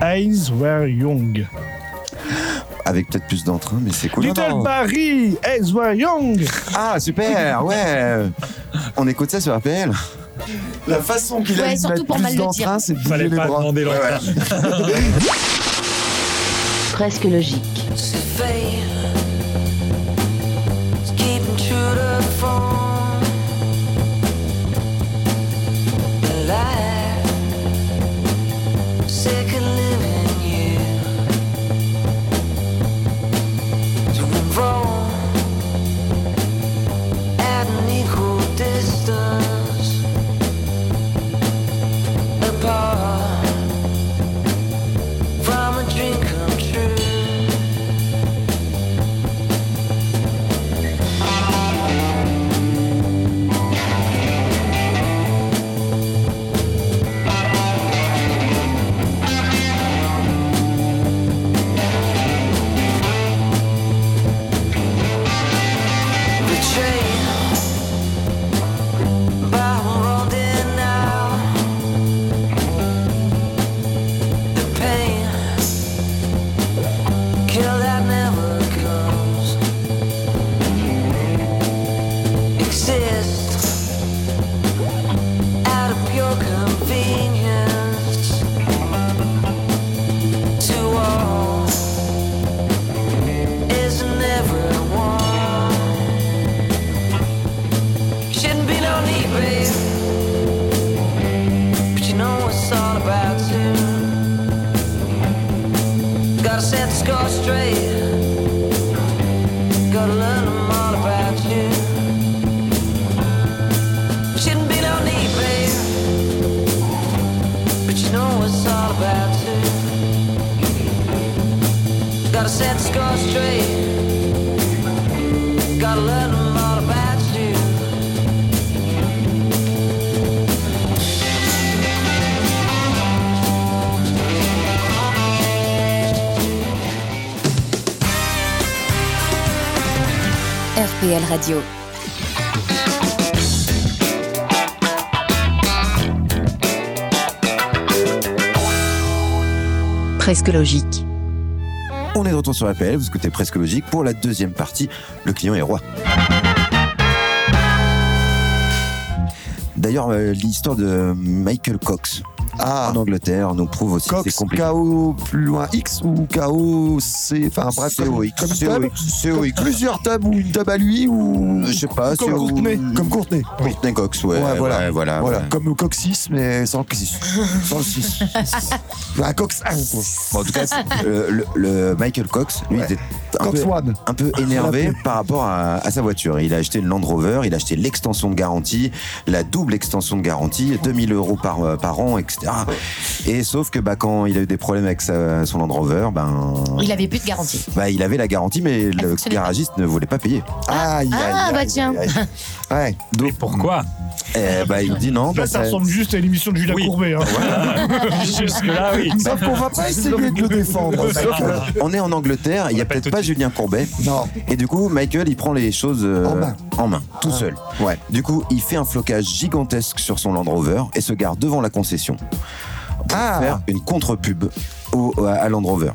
S1: Eyes were young.
S6: Avec peut-être plus d'entrain, mais c'est cool. Ah
S1: Little
S6: Non, non.
S1: Barry, eyes were young.
S6: Ah, super, ouais. On écoute ça sur RPL.
S5: La façon qu'il a
S10: Ouais,
S5: eu de
S10: surtout
S5: mettre
S10: pour mal
S5: plus
S10: le dire.
S5: d'entrain, c'est de bouger
S4: Fallait
S5: les
S4: pas
S5: bras.
S4: demander longtemps.
S2: presque logique,
S12: C'est fake. It's keeping true to form. Alive. Sick of living you. To roam at an equal distance apart from a dream come true. go straight. Gotta learn 'em all about you. Shouldn't be no need, babe. But you know it's all about you. Gotta set the score straight. Gotta learn 'em all about you.
S9: RPL Radio. Presque logique.
S6: On est de retour sur APL, vous écoutez presque logique. Pour la deuxième partie, le client est roi. D'ailleurs, euh, l'histoire de Michael Cox en Angleterre nous prouve aussi que
S5: Ah. Cox,
S6: c'est compliqué.
S5: KO plus loin X ou KO C, enfin bref, comme-
S6: COX,
S5: comme
S6: COX,
S5: table,
S6: COX.
S5: plusieurs tables ou une table à lui ou
S6: Euh, Je sais pas,
S5: comme
S6: c'est-
S5: Courtenay, comme Courtenay.
S6: Courtney Cox, ouais,
S5: Ouais, voilà.
S6: ouais, voilà,
S5: Voilà,
S6: ouais.
S5: comme Coxis mais sans le 6. sans le Bah, 6. Un Cox 1 quoi.
S6: Bon, en tout cas, euh, le, le Michael Cox, lui, il était un
S5: Cox
S6: peu,
S5: One.
S6: un peu énervé par rapport à, à sa voiture. Il a acheté une Land Rover, il a acheté l'extension de garantie, la double extension de garantie, 2000 euros par, euh, par an, etc. Et sauf que bah, quand il a eu des problèmes avec sa- son Land Rover, ben,
S10: Il avait plus de garantie.
S6: bah, il avait la garantie, mais le
S10: fonctionnait pas.
S6: garagiste ne voulait pas payer. Aïe,
S10: Ah bah tiens.
S6: Ouais. Donc,
S4: pourquoi
S6: bah, Il dit non.
S1: Là,
S6: bah,
S1: ça
S6: ça-
S1: ressemble juste à l'émission de Julien Courbet. hein.
S4: Jusque-là, oui.
S5: Sauf qu'on va pas essayer de le défendre.
S6: Ah Sauf que on est en Angleterre, il n'y a peut-être pas Julien Courbet.
S5: Non.
S6: Et du coup, Michael, il prend les choses euh, en, main. tout
S5: Ah.
S6: seul. Ouais. Du coup, il fait un flocage gigantesque sur son Land Rover et se gare devant la concession pour faire une contre-pub au- à Land Rover.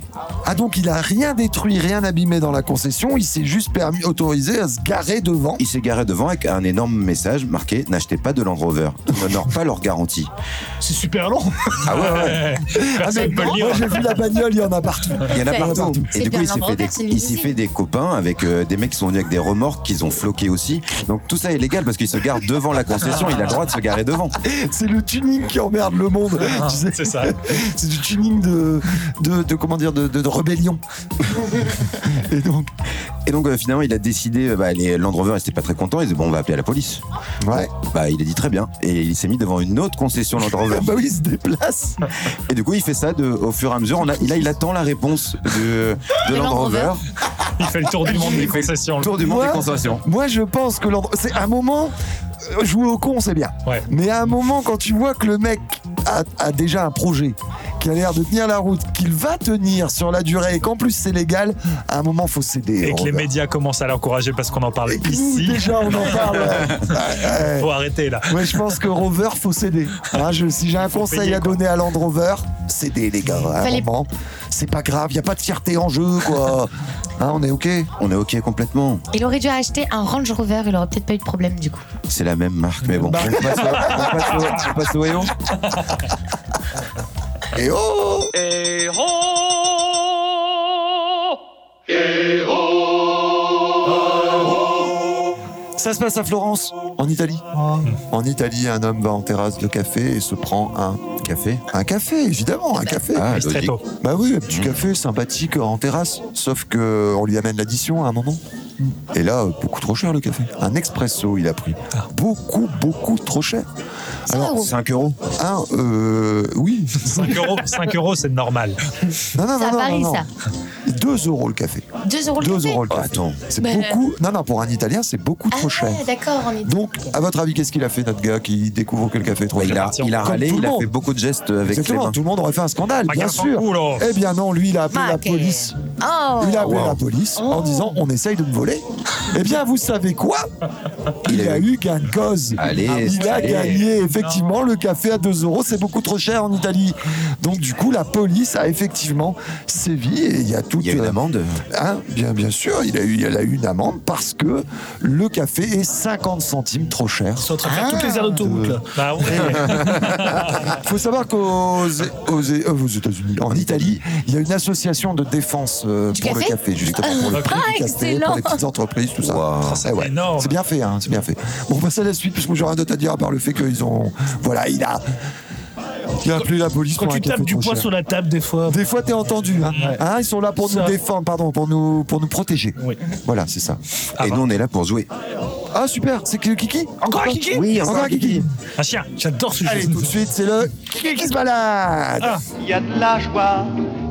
S5: Ah donc il a rien détruit, rien abîmé dans la concession, il s'est juste permis autorisé à se garer devant.
S6: Il s'est garé devant avec un énorme message marqué N'achetez pas de Land Rover, ils n'honorent pas leur garantie.
S1: C'est super long.
S6: Ah ouais, ouais.
S5: Ah, mais
S4: Personne peut le
S5: moi j'ai
S4: lire.
S5: vu la bagnole, il y en a partout.
S6: Il y en a
S10: C'est-
S6: partout.
S10: c'est
S6: Et du coup,
S10: bien
S6: il s'est
S10: Land
S6: fait,
S10: Rover,
S6: des-
S10: c'est une
S6: il s'est
S10: usine.
S6: fait des copains avec euh, des mecs qui sont venus avec des remorques qu'ils ont floquées aussi. Donc tout ça est légal parce qu'il se gare devant la concession. Il a le droit de se garer devant.
S5: C'est le tuning qui emmerde le monde. Tu sais,
S4: Ah, C'est ça.
S5: c'est du tuning de, de, de- comment dire de, de- de rébellion. Et donc
S6: Et donc euh, finalement, il a décidé. euh, Bah, les Land Rover, ils étaient pas très contents. Ils disaient bon, on va appeler la police.
S5: ouais.
S6: Bah, il a dit très bien. Et il s'est mis devant une autre concession Land Rover.
S5: Bah oui, il se déplace.
S6: Et du coup, il fait ça de, au fur et à mesure. On a, là, il attend la réponse de, de Land Rover.
S4: Il fait le tour du monde des concessions.
S6: Tour du monde
S5: Ouais.
S6: des concessions.
S5: Moi, je pense que l'endroit. C'est un moment. euh, Jouer au con, c'est bien.
S4: Ouais.
S5: Mais à un moment, quand tu vois que le mec a, a déjà un projet, qui a l'air de tenir la route, qu'il va tenir sur la durée et qu'en plus c'est légal, à un moment, faut céder.
S4: Et que les
S5: Robert.
S4: médias commencent à l'encourager parce qu'on en parle
S5: Et que nous,
S4: ici.
S5: déjà, on en parle. Ouais, ouais.
S4: Faut arrêter là.
S5: Ouais, je pense que Rover, faut céder. Hein, je- si j'ai un
S4: Faut
S5: conseil
S4: payer,
S5: à
S4: quoi.
S5: donner à Land Rover, cédez, les gars. À un
S10: Fallait-
S5: moment, c'est pas grave, y a pas de fierté en jeu, quoi. Hein, on est OK
S6: On est ok complètement.
S10: Il aurait dû acheter un Range Rover, il aurait peut-être pas eu de problème du coup.
S6: C'est la même marque, mais bon.
S1: Bah.
S6: On passe au- on passe au- on passe au voyant.
S5: Et oh Ça se passe à Florence, en Italie.
S6: Ah.
S5: En Italie, un homme va en terrasse de café et se prend un
S6: Café.
S5: un café, évidemment,
S10: Bah.
S5: un café.
S6: Ah,
S4: Très
S6: logique.
S4: tôt.
S5: Bah oui, un petit
S6: Mm.
S5: café sympathique en terrasse, sauf que on lui amène l'addition à un moment.
S6: Mm.
S5: Et là, euh, beaucoup trop cher le café. Un expresso, il a pris.
S6: Ah.
S5: Beaucoup, beaucoup trop cher. Alors,
S6: 5 euros.
S5: un, euh, oui.
S4: 5 euros, 5 euros c'est normal.
S10: Ça
S5: Non, non, non, non,
S10: varie,
S5: non,
S10: ça.
S5: non. 2 euros le café.
S10: 2 euros le
S5: 2
S10: café
S5: euros le
S6: Oh,
S5: café.
S6: attends.
S5: C'est
S10: Bah,
S5: beaucoup. Non, non, pour un Italien, c'est beaucoup trop
S10: Ah,
S5: cher.
S10: d'accord, on est
S5: Donc,
S10: Ok.
S5: à votre avis, qu'est-ce qu'il a fait, notre gars, qui découvre que le café est trop
S6: Bah, il
S5: cher
S6: a, il a
S5: Comme
S6: râlé,
S5: tout le
S6: il a
S5: monde.
S6: fait beaucoup de gestes avec ses
S5: Exactement,
S6: mains.
S5: tout le monde aurait fait un scandale,
S1: Bah,
S5: bien
S4: Regarde son
S5: sûr.
S4: cou, là.
S5: Eh bien non, lui, il a appelé la
S10: Mac,
S5: police.
S10: Oh
S5: Il a appelé
S6: wow.
S5: la police en
S10: Oh.
S5: disant on essaye de me voler. Eh bien, vous savez quoi Il a eu gain de cause.
S6: Allez,
S5: il a
S6: allez.
S5: gagné. Effectivement, le café à 2 euros, c'est beaucoup trop cher en Italie. Donc, du coup, la police a effectivement sévi et il y a tout.
S6: Il y a une amende.
S5: Hein, bien, bien sûr, il a, eu, il a eu une amende parce que le café est 50 centimes trop cher.
S1: Ils sont en train de faire toutes les
S10: Ah.
S1: aires d'autoroute. là.
S4: Bah, ouais.
S5: Il faut savoir qu'aux aux, euh, aux États-Unis, en Italie, il y a une association de défense euh,
S10: Du
S5: pour
S10: café
S5: le café, justement, pour le prix du café,
S10: excellent.
S5: pour les petites entreprises, tout ça.
S6: Wow.
S5: Eh ouais.
S4: énorme.
S5: C'est bien fait, hein, c'est bien fait. Bon, on passe à la suite, puisque j'ai rien d'autre à dire à part le fait qu'ils ont. Voilà, il a. Il n'y a plus la police
S1: Quand
S5: pour
S1: tu
S5: un café
S1: tapes du
S5: trop
S1: poids
S5: cher.
S1: sur la table, des fois.
S5: Des fois, t'es entendu. Hein.
S1: Ouais.
S5: Hein, ils sont là pour
S1: Ça.
S5: nous défendre, pardon, pour nous, pour nous protéger. Voilà, c'est ça.
S6: Et nous, on est là pour jouer.
S5: Ah, super, c'est que le Kiki
S1: Encore un kiki
S5: Oui, encore, un kiki.
S1: Un chien. J'adore ce jeu.
S5: Allez, tout de suite, c'est le Kiki qui se balade
S1: Ah.
S13: Il y a de la joie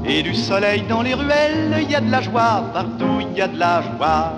S13: et du soleil dans les ruelles. Il y a de la joie partout, il y a de la joie.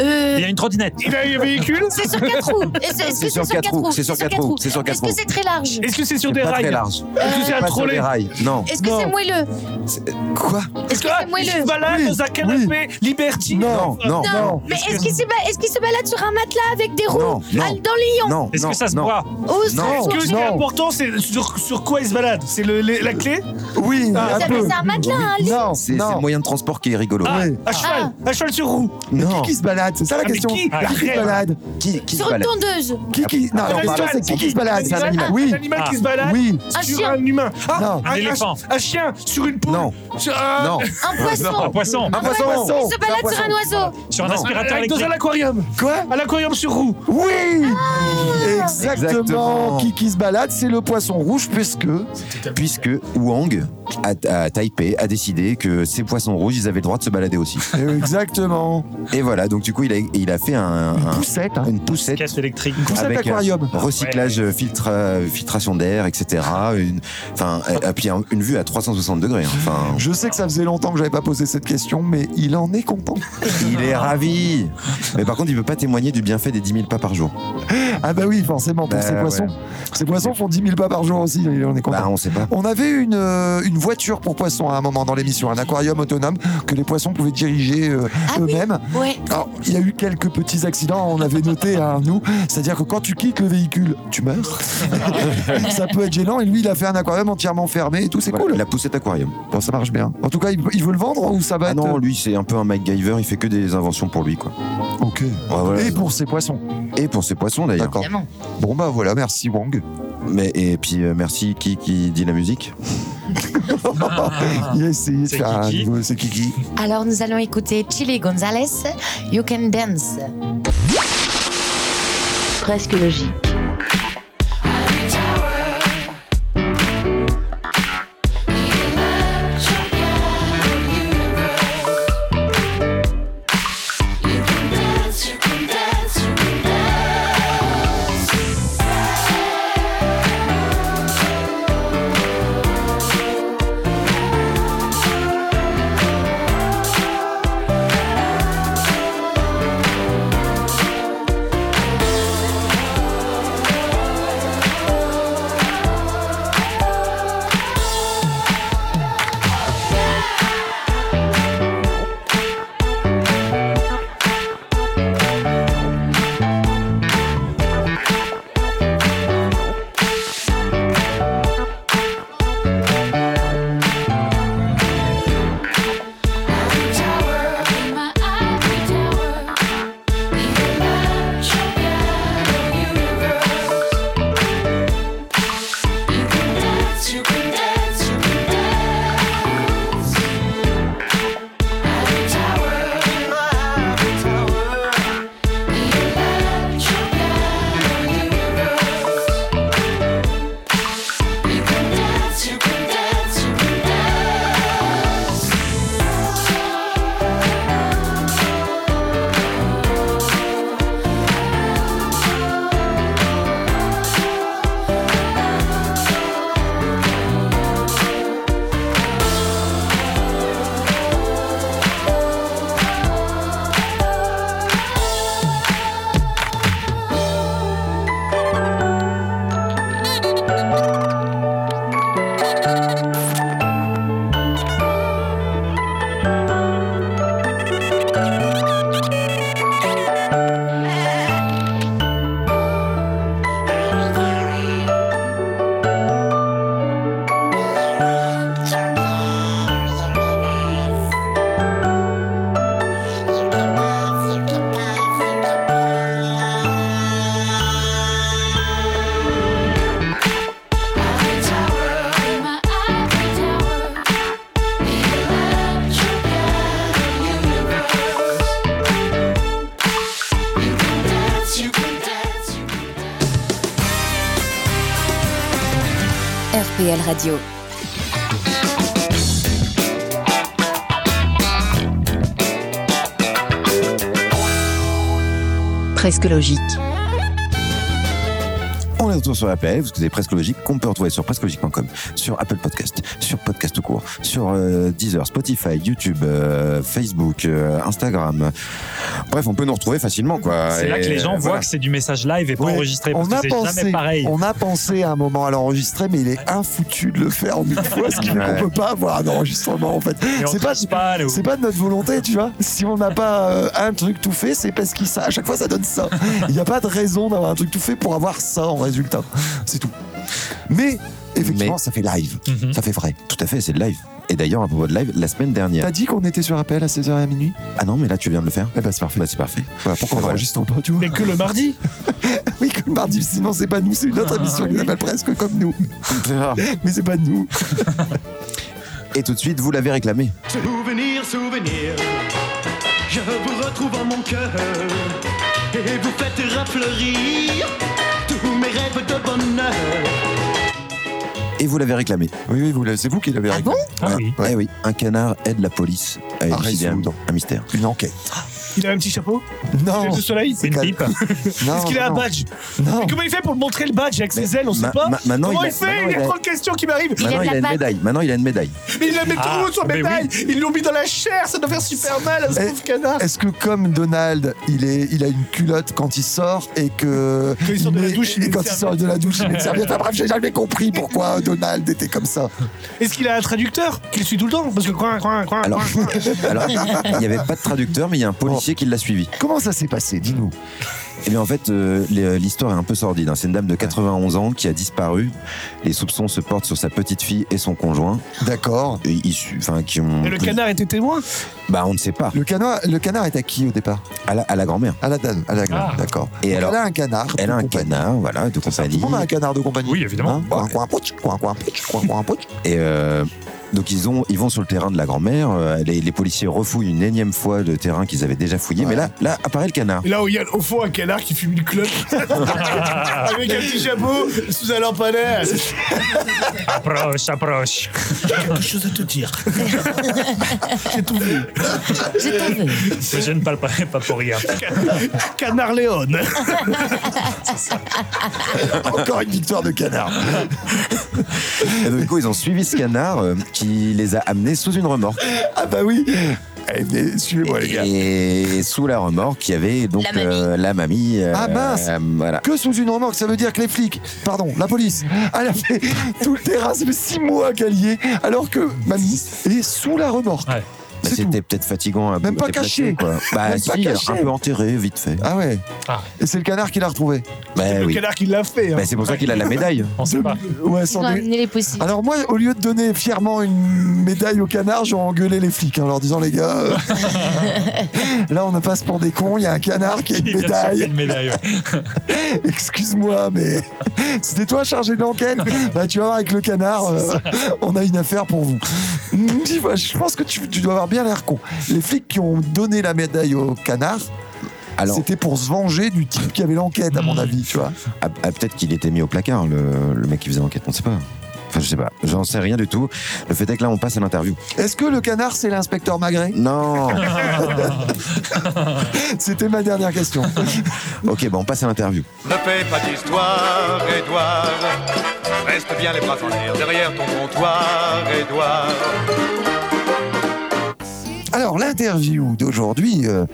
S10: Euh,
S4: Il y a une trottinette.
S1: Il a un véhicule
S10: C'est sur quatre roues. Est-ce- est-ce que
S6: C'est sur quatre roues, c'est sur quatre roues, c'est sur quatre
S10: Est-ce que c'est
S6: roues.
S10: très large Euh,
S1: Est-ce que c'est sur des
S6: pas
S1: rails
S6: très large.
S1: Est-ce que c'est un
S6: Pas sur
S1: trolley
S6: des rails. Non.
S10: Est-ce que c'est moelleux
S6: Quoi
S10: Est-ce que
S1: Ah,
S10: c'est
S1: il
S10: moelleux
S1: se balade
S5: Oui,
S1: dans un canapé liberty.
S6: Non, non,
S10: Non,
S6: non.
S10: mais est-ce qu'il se, ba- est-ce qu'il se balade sur un matelas avec des roues
S6: Non, non.
S10: Ah, dans les lions
S6: Non,
S4: Est-ce
S6: non,
S4: que ça se
S6: non.
S4: boit
S10: Oh,
S6: Non.
S10: c'est
S1: Est-ce que ce qui est
S6: Non.
S1: important, c'est sur, sur quoi il se balade C'est le- le- la clé
S5: Oui,
S1: Ah,
S10: Vous
S5: un
S10: appelez
S5: peu.
S10: ça un matelas, un lit
S5: Non,
S6: C'est c'est le
S5: non.
S6: moyen de transport qui est rigolo.
S1: ah, À cheval À cheval sur roue
S5: Le
S6: Non.
S5: Kiki se balade, c'est ça la
S1: Ah, mais
S5: question.
S1: qui
S5: Le Kiki se
S1: Arrête.
S5: balade.
S6: Qui, qui se
S10: Sur une
S6: balade
S10: tondeuse
S5: Kiki, non,
S6: Ah,
S5: la
S6: mais
S5: question
S6: c'est
S5: c'est Kiki se balade, c'est un animal.
S1: Un
S5: Oui,
S1: animal qui
S4: Ah.
S1: se balade
S5: oui.
S10: Un
S1: sur
S10: chien.
S1: un humain. Ah,
S5: Non.
S1: un,
S4: Un éléphant.
S1: Un, chien sur une poule.
S6: Non.
S1: Sur euh, un-
S6: Non.
S10: Un poisson
S4: Un poisson.
S5: Un poisson.
S10: Il se balade sur un oiseau
S4: Sur un
S6: Non.
S4: aspirateur
S1: Avec- dans
S4: électrique.
S1: un aquarium.
S5: Quoi
S1: À l'aquarium sur roue.
S5: Oui
S6: Exactement.
S5: Exactement. Kiki se balade, c'est le poisson rouge puisque
S6: Puisque Wang à Taipei a décidé que ces poissons rouges, ils avaient le droit de se balader aussi.
S5: Exactement.
S6: Et voilà, donc du coup, il a, il a fait un, un-
S5: Poussette, hein.
S6: une poussette
S4: Caisse électrique.
S5: poussette
S6: avec
S5: d'aquarium.
S6: euh, recyclage, euh, filtre, euh, filtration d'air, etc. Une- Enfin, et- et puis un- une vue à 360 degrés. hein. Enfin,
S5: Je sais que ça faisait longtemps que j'avais pas posé cette question, mais il en est content.
S6: il est ravi. Mais par contre, il peut pas témoigner du bienfait des 10 000 pas par jour.
S5: Ah bah oui, forcément, pour
S6: Bah
S5: ces
S6: ouais.
S5: poissons. Ces poissons font 10 000 pas par jour aussi, il en est content.
S6: Bah, on sait pas.
S5: On avait une, euh, une voiture pour poissons à un moment dans l'émission, un aquarium autonome que les poissons pouvaient diriger euh,
S10: Ah oui.
S5: eux-mêmes.
S10: Ouais.
S5: Alors, il y a eu quelques petits accidents, on avait noté à nous. C'est-à-dire que quand tu quittes le véhicule, tu meurs. ça peut être gênant. Et lui, il a fait un aquarium entièrement fermé et tout, c'est
S6: Voilà,
S5: cool.
S6: La poussette aquarium.
S5: Bon, ça marche bien. En tout cas, il, il veut le vendre hein, ou ça va
S6: Ah
S5: être- euh,
S6: non, lui, c'est un peu un MacGyver, il fait que des inventions pour lui, quoi.
S5: Ok.
S6: Ah Ouais, voilà.
S5: Et pour ses poissons.
S6: Et pour ses poissons, d'ailleurs.
S5: D'accord.
S10: Évidemment.
S5: Bon, bah voilà, merci Wang.
S6: Mais, et puis, euh, merci qui, qui dit la musique.
S5: il a essayé de
S4: Ah. C'est
S5: faire un
S4: Kiki.
S5: nouveau- C'est Kiki.
S10: Alors nous allons écouter Chili Gonzalez, You Can Dance.
S2: presque logique,
S12: Thank
S9: RPL Radio. Presque logique.
S6: On est retour sur la PL, parce que c'est presque logique, qu'on peut retrouver sur presquelogique.com, sur Apple Podcast, sur Podcast tout court, sur euh, Deezer, Spotify, YouTube, euh, Facebook, euh, Instagram. Bref, on peut nous retrouver facilement, quoi.
S4: C'est là
S6: Et
S4: que les gens voient
S6: voilà.
S4: que c'est du message live et pas
S6: Ouais.
S4: enregistré. Parce
S5: on a
S4: que c'est jamais
S5: pensé,
S4: pareil.
S5: on a pensé à un moment à l'enregistrer, mais il est infoutu de le faire en une fois, ce qui fait
S4: Ouais.
S5: qu'on peut pas avoir un enregistrement en fait.
S4: Et on
S5: C'est pas, c'est pas de notre volonté, tu vois. Si on n'a pas euh, un truc tout fait, c'est parce qu'il ça. À chaque fois, ça donne ça. Il n'y a pas de raison d'avoir un truc tout fait pour avoir ça en résultat. C'est tout. Mais effectivement, ça fait live.
S4: Mhm.
S5: Ça fait vrai.
S6: Tout à fait, c'est le live. Et d'ailleurs, à propos de live, la semaine dernière.
S5: T'as dit qu'on était sur appel à 16h à minuit
S6: Ah non, mais là, tu viens de le faire. Bah,
S5: Eh ben, c'est parfait.
S6: c'est parfait.
S5: pourquoi on enregistre pas, tu vois
S6: Mais que le mardi
S5: Oui, que le mardi, sinon c'est pas nous, c'est une
S4: Ah,
S5: autre émission qui s'appelle presque comme nous. Mais c'est pas nous.
S6: Et tout de suite, vous l'avez réclamé.
S13: Souvenir, souvenir, je vous retrouve en mon cœur et vous faites rafleurir tous mes rêves de bonheur.
S6: Et vous l'avez réclamé.
S5: Oui, oui, vous l'avez- c'est vous qui l'avez réclamé.
S6: Ah bon oui. Eh oui, un canard aide la police à
S5: À
S6: élucider un,
S5: résoudre.
S6: un mystère.
S5: Une enquête.
S1: Ah, Il a un petit chapeau
S5: Non.
S1: Il a du soleil
S5: C'est Une quel- pipe
S1: Est-ce qu'il a un
S6: non.
S1: badge Mais comment il fait pour montrer le badge avec ses ailes On sait
S6: ma-
S1: pas.
S6: ma- maintenant,
S1: comment
S6: il
S1: il,
S6: a-
S1: fait
S6: maintenant,
S1: Il y
S6: il
S1: a
S6: a-
S1: trop de questions qui m'arrivent.
S6: Maintenant, il a une médaille. Maintenant, il a une médaille.
S1: Mais il la met
S6: Ah,
S1: tout haut sur
S6: mais
S1: médaille. Ils l'ont mis dans la chair. Ça doit faire super mal à ce
S5: Eh,
S1: pauvre canard.
S5: Est-ce que comme Donald, il, est, il a une culotte quand il sort et que
S1: Quand il sort de la
S5: met-
S1: douche, il
S5: et
S1: met
S5: quand
S1: une
S5: il sort de la douche, il met une serviette. Enfin, bref, j'ai jamais compris pourquoi Donald était comme ça.
S1: Est-ce qu'il a un traducteur qui le suit tout le temps Parce que coin, coin, coin.
S6: Alors,
S1: coin, coin.
S6: alors, il n'y avait pas de traducteur, mais il y a un policier qui l'a suivi.
S5: Comment ça s'est passé Dis-nous.
S6: Eh bien, en fait, euh, les- l'histoire est un peu sordide. hein. C'est une dame de 91 ans qui a disparu. Les soupçons se portent sur sa petite fille et son conjoint.
S5: D'accord.
S6: Et issus- enfin, qui ont.
S1: Et le canard était témoin
S6: Bah, on ne sait pas.
S5: Le canard, le canard est à qui au départ
S6: À la, à la grand-mère.
S5: À la dame, à la grand
S6: Ah.
S5: d'accord.
S6: Et
S5: Donc,
S6: alors-
S5: elle a un canard.
S6: Elle a un canard, voilà, de compagnie.
S5: On a un canard de compagnie.
S4: Oui, évidemment.
S5: Hein Coin, coin, pouch, coin, coin, pouch, coin, coin, pouch.
S6: Et euh, donc ils, ont, ils vont sur le terrain de la grand-mère, euh, les, les policiers refouillent une énième fois le terrain qu'ils avaient déjà fouillé, mais là, là apparaît le canard.
S1: Et là où il y a au fond un canard qui fume une clope avec un petit chapeau sous un lampadaire.
S4: Approche, approche.
S1: J'ai quelque chose à te dire. J'ai tout vu.
S4: J'ai pas Je ne parle pas, pas pour rien.
S1: Canard Léon.
S5: Encore une victoire de canard.
S6: Et donc, du coup, ils ont suivi ce canard euh, qui les a amenés sous une remorque.
S5: Ah bah oui. Allez, venez, suivez-moi les gars.
S6: Et sous la remorque, il y avait donc
S5: La mamie.
S6: euh, la mamie. euh,
S5: Ah mince
S6: euh, voilà.
S5: Que sous une remorque, ça veut dire que les flics, pardon, la police, elle a fait tout le terrain, ça fait six mois qu'elle y est, alors que mamie est sous la remorque.
S6: Mais
S5: C'est
S6: c'était peut-être fatigant. à
S5: Même pas
S6: déplacer,
S5: caché.
S6: quoi. Bah
S5: Même
S6: si,
S5: pas caché.
S6: un peu enterré, vite fait.
S5: Ah ouais
S4: Ah.
S5: Et c'est le canard qui l'a retrouvé
S6: Bah
S1: Le
S6: oui.
S1: canard qui l'a fait. hein.
S6: Bah, c'est pour ça qu'il a la médaille.
S4: On sait pas.
S5: Euh, Ouais, sans
S10: Ils ont
S5: dé-
S10: amené les possibles.
S5: Alors moi, au lieu de donner fièrement une médaille au canard, j'aurais engueulé les flics hein, en leur disant les gars, euh, là on ne passe pour des cons, il y a un canard qui a une
S4: Il vient de chercher
S5: médaille.
S4: une médaille. ouais.
S5: Excuse-moi, mais c'était toi chargé de l'enquête. Bah, tu vas voir avec le canard, euh, on a une affaire pour vous. Dis, bah, je pense que tu, tu dois avoir bien l'air con. Les flics qui ont donné la médaille au canard,
S6: Alors,
S5: c'était pour se venger du type qui avait l'enquête, à mon avis, tu vois.
S6: Ah, ah, peut-être qu'il était mis au placard, le, le mec qui faisait l'enquête, on ne sait pas. Enfin, je sais pas, j'en sais rien du tout. Le fait est que là, on passe à l'interview.
S5: Est-ce que le canard, c'est l'inspecteur Magret
S6: Non
S5: C'était ma dernière question.
S6: Ok, bon, on passe à l'interview.
S13: Ne fais pas d'histoire, Edouard. Reste bien les bras en l'air derrière ton comptoir, Edouard.
S5: Alors, l'interview d'aujourd'hui. euh,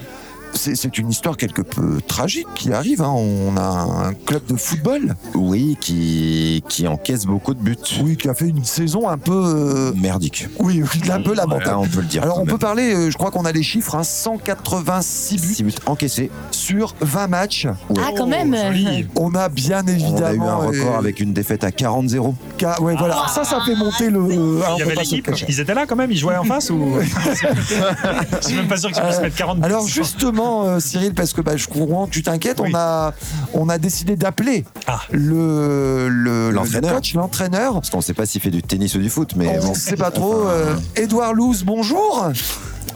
S5: c'est c'est une histoire quelque peu tragique qui arrive. hein. On a un club de football,
S6: Oui, qui, qui encaisse beaucoup de buts.
S5: oui, qui a fait une saison un peu, euh,
S6: Merdique.
S5: oui, un peu lamentable.
S6: Là, on peut le dire.
S5: Alors
S6: quand
S5: on peut
S6: même.
S5: parler, euh, je crois qu'on a les chiffres, hein, 186 buts
S6: Six buts encaissés.
S5: sur 20 matchs.
S10: Ah, quand même.
S5: On a bien
S6: On a eu un
S5: évidemment...
S6: record
S5: euh,
S6: avec une défaite à 40-0.
S5: ca- ouais, voilà. Ça, ça fait monter le...
S4: Ah,
S5: ah, on
S4: Il y
S5: peut
S4: avait
S5: pas se le
S4: l'équipe.
S5: cacher.
S4: Ils étaient là quand même. Ils jouaient en face ou. Je suis même pas sûr qu'ils puissent mettre 40
S5: Euh, Alors justement, euh, Cyril, parce que bah, je comprends que tu t'inquiètes,
S4: Oui.
S5: on, a, on a décidé d'appeler
S4: Ah.
S5: le, le,
S6: L'entraîneur.
S5: le coach, l'entraîneur.
S6: Parce qu'on ne sait pas s'il fait du tennis ou du foot, mais
S5: On
S6: bon.
S5: ne sait pas trop. Édouard Louz, euh, bonjour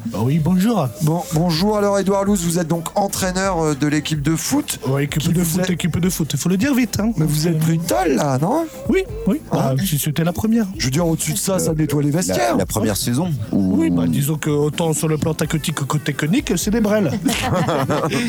S1: Bah oui, bonjour.
S5: Bon, bonjour. Alors, Edouard Louz, vous êtes donc entraîneur euh, de l'équipe de foot.
S1: Oui, équipe de foot, équipe de foot. Il faut le dire vite. hein.
S5: Mais vous êtes pris une tolle, là, non Ah.
S1: Oui, oui. Bah, si C'était la première.
S5: Je veux dire, au-dessus de ça, ça nettoie les vestiaires.
S1: la- la première
S6: saison
S1: Oui, bah, disons que autant sur le plan tactique que technique, c'est des brels.